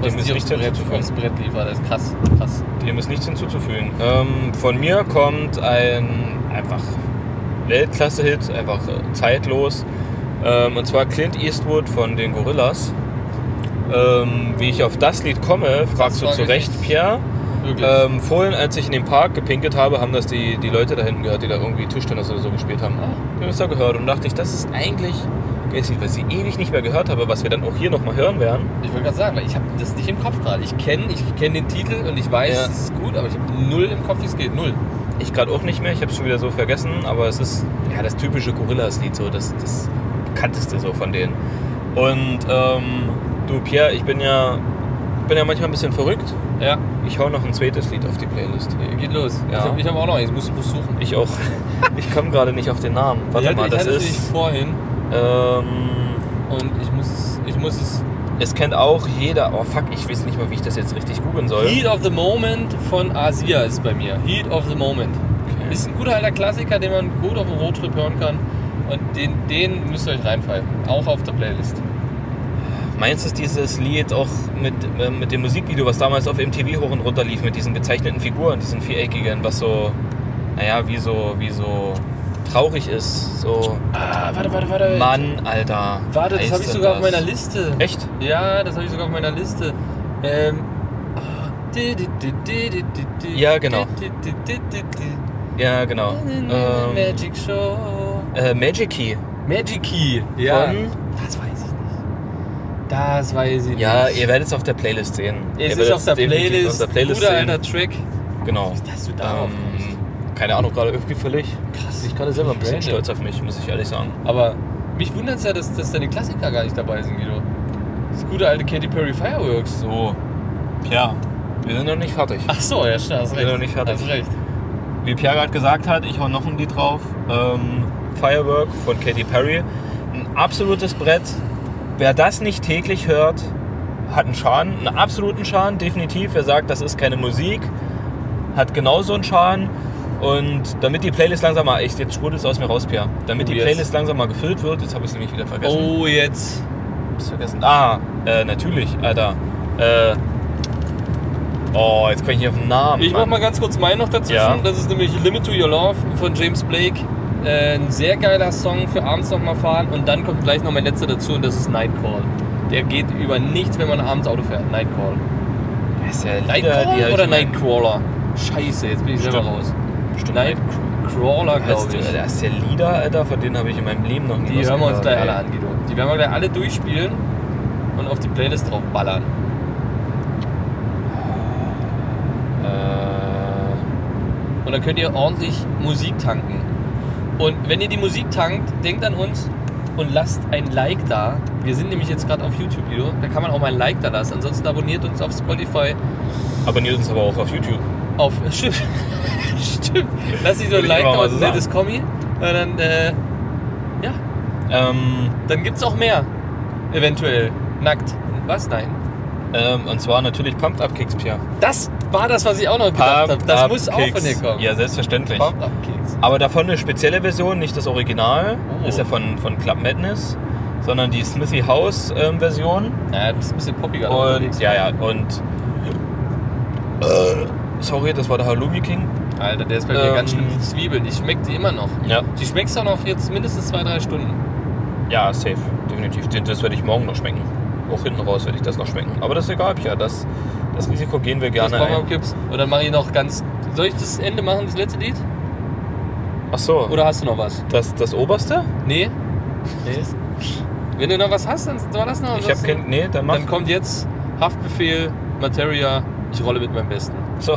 D: was
C: Dem ist
D: die aufs
C: nichts
D: Brett,
C: hinzuzufügen.
D: aufs Brett liefert. Das ist krass, krass.
C: Dem ist nichts hinzuzufügen. Ähm, von mir kommt ein einfach Weltklasse-Hit, einfach äh, zeitlos. Ähm, und zwar Clint Eastwood von den Gorillas. Ähm, wie ich auf das Lied komme, fragst du
D: frage
C: zu
D: ich
C: Recht,
D: mich.
C: Pierre.
D: Wirklich.
C: Ähm, vorhin, als ich in den Park gepinkelt habe, haben das die, die Leute da hinten gehört, die da irgendwie Tischtennis oder so gespielt
D: Ah,
C: haben. Die haben es da gehört und dachte ich, das ist eigentlich das Lied, was ich ewig nicht mehr gehört habe, was wir dann auch hier nochmal hören werden.
D: Ich wollte gerade sagen, weil ich habe das nicht im Kopf gerade. Ich kenne ich kenn den Titel und ich weiß,
C: Ja.
D: es ist gut, aber ich habe null im Kopf, wie es geht. Null.
C: Ich gerade auch nicht mehr, ich habe es schon wieder so vergessen, aber es ist ja das typische Gorillas-Lied, so das, das bekannteste so von denen. Und ähm, du, Pierre, ich bin ja bin ja manchmal ein bisschen verrückt.
D: Ja,
C: Ich hau noch ein zweites Lied auf die Playlist.
D: geht los.
C: Ja.
D: Ich habe ich hab auch noch eins, muss, muss suchen.
C: Ich auch. Ich komme gerade nicht auf den Namen. Warte
D: ich hatte,
C: mal,
D: ich
C: das
D: hatte es nicht
C: ist.
D: vorhin
C: Ähm,
D: und ich muss es, ich muss es
C: es kennt auch jeder. Oh fuck, ich weiß nicht mal, wie ich das jetzt richtig googeln soll.
D: Heat of the Moment von Asia ist bei mir. Heat of the Moment.
C: Okay.
D: Ist ein guter alter Klassiker, den man gut auf dem Roadtrip hören kann. Und den, den müsst ihr euch reinpfeifen. Auch auf der Playlist.
C: Meinst du dieses Lied auch mit, ähm, mit dem Musikvideo, was damals auf MTV hoch und runter lief, mit diesen gezeichneten Figuren, diesen viereckigen, was so, naja, wie so, wie so traurig ist. So,
D: Ah, warte, warte, warte.
C: Mann, Alter.
D: warte, das
C: heißt
D: habe ich
C: denn
D: sogar auf
C: Äh, das?
D: meiner Liste.
C: Echt?
D: Ja, das habe ich sogar auf meiner Liste. Ähm. ah, di, di, di, di, di, di, di,
C: Ja, genau.
D: di, di, di, di, di.
C: Ja, genau. Ähm,
D: Magic Show.
C: äh, Magic Key.
D: Magic Key.
C: Von-
D: Das weiß ich nicht. Das weiß ich
C: Ja,
D: nicht.
C: ihr werdet es auf der Playlist sehen.
D: Es
C: Ihr
D: ist
C: werdet
D: auf der
C: definitiv
D: Playlist.
C: Auf der Playlist
D: Guter
C: sehen.
D: alter Track.
C: Genau.
D: Dass du darauf
C: Ähm, keine Ahnung, gerade irgendwie völlig.
D: Krass.
C: Ich bin gerade selber ein bisschen
D: Random.
C: stolz auf mich, muss ich ehrlich sagen.
D: Aber mich wundert es ja, dass, dass deine Klassiker gar nicht dabei sind, Guido. Das gute alte Katy Perry Fireworks.
C: So. Ja. Wir sind noch nicht fertig.
D: Ach so, ja, stimmt, hast
C: Bin
D: recht.
C: noch nicht fertig.
D: Hast recht.
C: Wie Pierre gerade gesagt hat, ich hau noch ein Lied drauf. Ähm, Firework von Katy Perry. Ein absolutes Brett. Wer das nicht täglich hört, hat einen Schaden. Einen absoluten Schaden, definitiv. Wer sagt, das ist keine Musik, hat genauso einen Schaden. Und damit die Playlist langsam mal, echt, jetzt sprudelt es aus mir raus, Pierre. Damit
D: Oh,
C: die
D: yes.
C: Playlist langsam mal gefüllt wird, jetzt habe ich es nämlich wieder vergessen.
D: Oh, jetzt.
C: Hab's vergessen. Ah, äh, natürlich, Alter. Äh, oh, jetzt komme ich nicht auf den Namen.
D: Ich mach
C: Mann.
D: mal ganz kurz meinen noch dazwischen.
C: Ja.
D: Das ist nämlich Limit to Your Love von James Blake. Äh, ein sehr geiler Song für abends nochmal fahren. Und dann kommt gleich noch mein letzter dazu und das ist Nightcall. Der geht über nichts, wenn man abends Auto fährt. Nightcall.
C: Das ist ja Lieder,
D: Nightcall
C: die hab ich
D: oder
C: in meinem-
D: Nightcrawler? Scheiße, jetzt bin ich selber
C: Stimmt.
D: raus.
C: Stimmt,
D: Nightcrawler,
C: Hast
D: glaube
C: du,
D: ich.
C: das ist ja genau, Lieder, Alter, von denen habe ich in meinem Leben noch nie
D: Die
C: was
D: hören wir uns
C: gehört,
D: gleich
C: ey.
D: alle an, Guido. Die werden wir gleich alle durchspielen und auf die Playlist drauf ballern. Und dann könnt ihr ordentlich Musik tanken. Und wenn ihr die Musik tankt, denkt an uns und lasst ein Like da. Wir sind nämlich jetzt gerade auf YouTube, Guido. Da kann man auch mal ein Like da lassen. Ansonsten abonniert uns auf Spotify,
C: Äh, abonniert uns aber auch auf YouTube.
D: auf. Stimmt. Stimmt. Lasst dich so ein
C: Würde ich
D: Like
C: immer
D: da
C: mal
D: und
C: so
D: ein
C: sagen.
D: nettes Kommi. Und dann, äh, ja,
C: Ähm,
D: dann gibt's auch mehr. Eventuell. Nackt. Was? Nein.
C: ähm, und zwar natürlich Pumped Up Kicks, Pierre.
D: Das war das, was ich auch noch gedacht habe. Das muss auch von dir kommen.
C: Ja, selbstverständlich.
D: Pumped Up Kicks.
C: Aber davon eine spezielle Version, nicht das Original.
D: Oh.
C: Ist ja von, von Club Madness. Sondern die Smithy House ähm, Version.
D: Ja, du bist ein bisschen poppiger. noch
C: Und
D: unterwegs.
C: ja, ja, und. äh, Sorry, das war der Halloumi King.
D: Alter, der ist bei mir
C: Ähm,
D: ganz schlimm. Die Zwiebeln, ich schmeck die immer noch.
C: Ja.
D: Die schmeckst du auch noch jetzt mindestens zwei, drei Stunden.
C: Ja, safe, definitiv. Den- Das werde ich morgen noch schmecken. Auch hinten raus werde ich das noch schmecken. Aber das ist egal, Pia. Das, das Risiko gehen wir
D: Das
C: gerne
D: brauchen wir
C: ein.
D: Kips. Und dann mache ich noch ganz. Soll ich das Ende machen, das letzte Lied?
C: Ach so.
D: Oder hast du noch was?
C: das, das oberste?
D: Nee? Nee. Wenn du noch was hast, dann war das noch.
C: Ich habe kein. Nee, dann mach.
D: Dann kommt jetzt Haftbefehl, Materia, ich rolle mit meinem Besten.
C: so.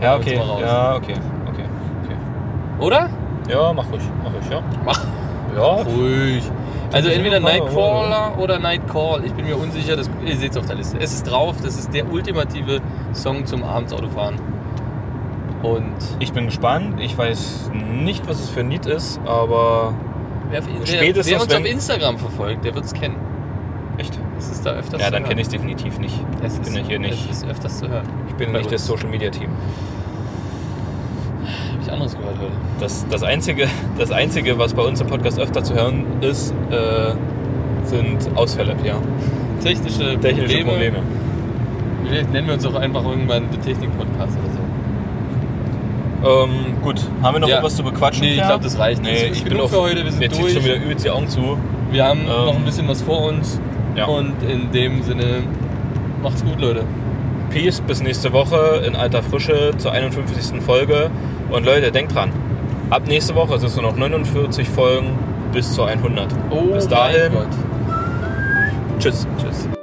C: Ja,
D: Jetzt
C: okay.
D: mal raus.
C: Ja, okay. okay. okay.
D: Oder?
C: Ja, mach ruhig. Mach ruhig, ja.
D: Mach.
C: Ja.
D: Ruhig. Also
C: ist
D: entweder
C: eine Frage,
D: Nightcrawler oder Nightcall. Ich bin mir unsicher, das, ihr seht es auf der Liste. Es ist drauf, das ist der ultimative Song zum Abendsautofahren. Und
C: Ich bin gespannt. Ich weiß nicht, was es für ein Lied ist, aber.
D: wer, wer,
C: Spätestens,
D: wer uns
C: wenn-
D: auf Instagram verfolgt, der wird es kennen.
C: Echt?
D: Es ist da öfters
C: Ja,
D: zu
C: dann
D: hören.
C: kenne ich es definitiv nicht.
D: es.
C: bin
D: ist-
C: ja hier nicht.
D: Es ist öfters zu hören.
C: Ich bin
D: Bei
C: nicht das
D: uns.
C: Social Media Team.
D: Habe ich anderes gehört heute.
C: Das, das, einzige, das Einzige, was bei uns im Podcast öfter zu hören ist, äh, sind Ausfälle, ja.
D: Technische,
C: Technische Probleme.
D: Vielleicht nennen wir uns auch einfach irgendwann den Technik-Podcast oder so.
C: Ähm, gut, haben wir noch
D: Ja.
C: irgendwas zu bequatschen?
D: Nee, ich
C: Pierre?
D: glaub, das reicht. Das
C: Nee,
D: ist
C: ich bin
D: genug
C: auch,
D: für heute, wir sind
C: mir zieht
D: durch.
C: schon wieder übelst die Augen zu.
D: Wir haben noch ein
C: Ähm,
D: bisschen was vor uns.
C: ja.
D: Und in dem Sinne, macht's gut, Leute.
C: Peace, bis nächste Woche in alter Frische zur 51. Folge. Und Leute, denkt dran, ab nächste Woche sind es nur noch 49 Folgen bis zur 100.
D: Oh
C: bis
D: mein
C: dahin,
D: Gott.
C: tschüss.
D: Tschüss.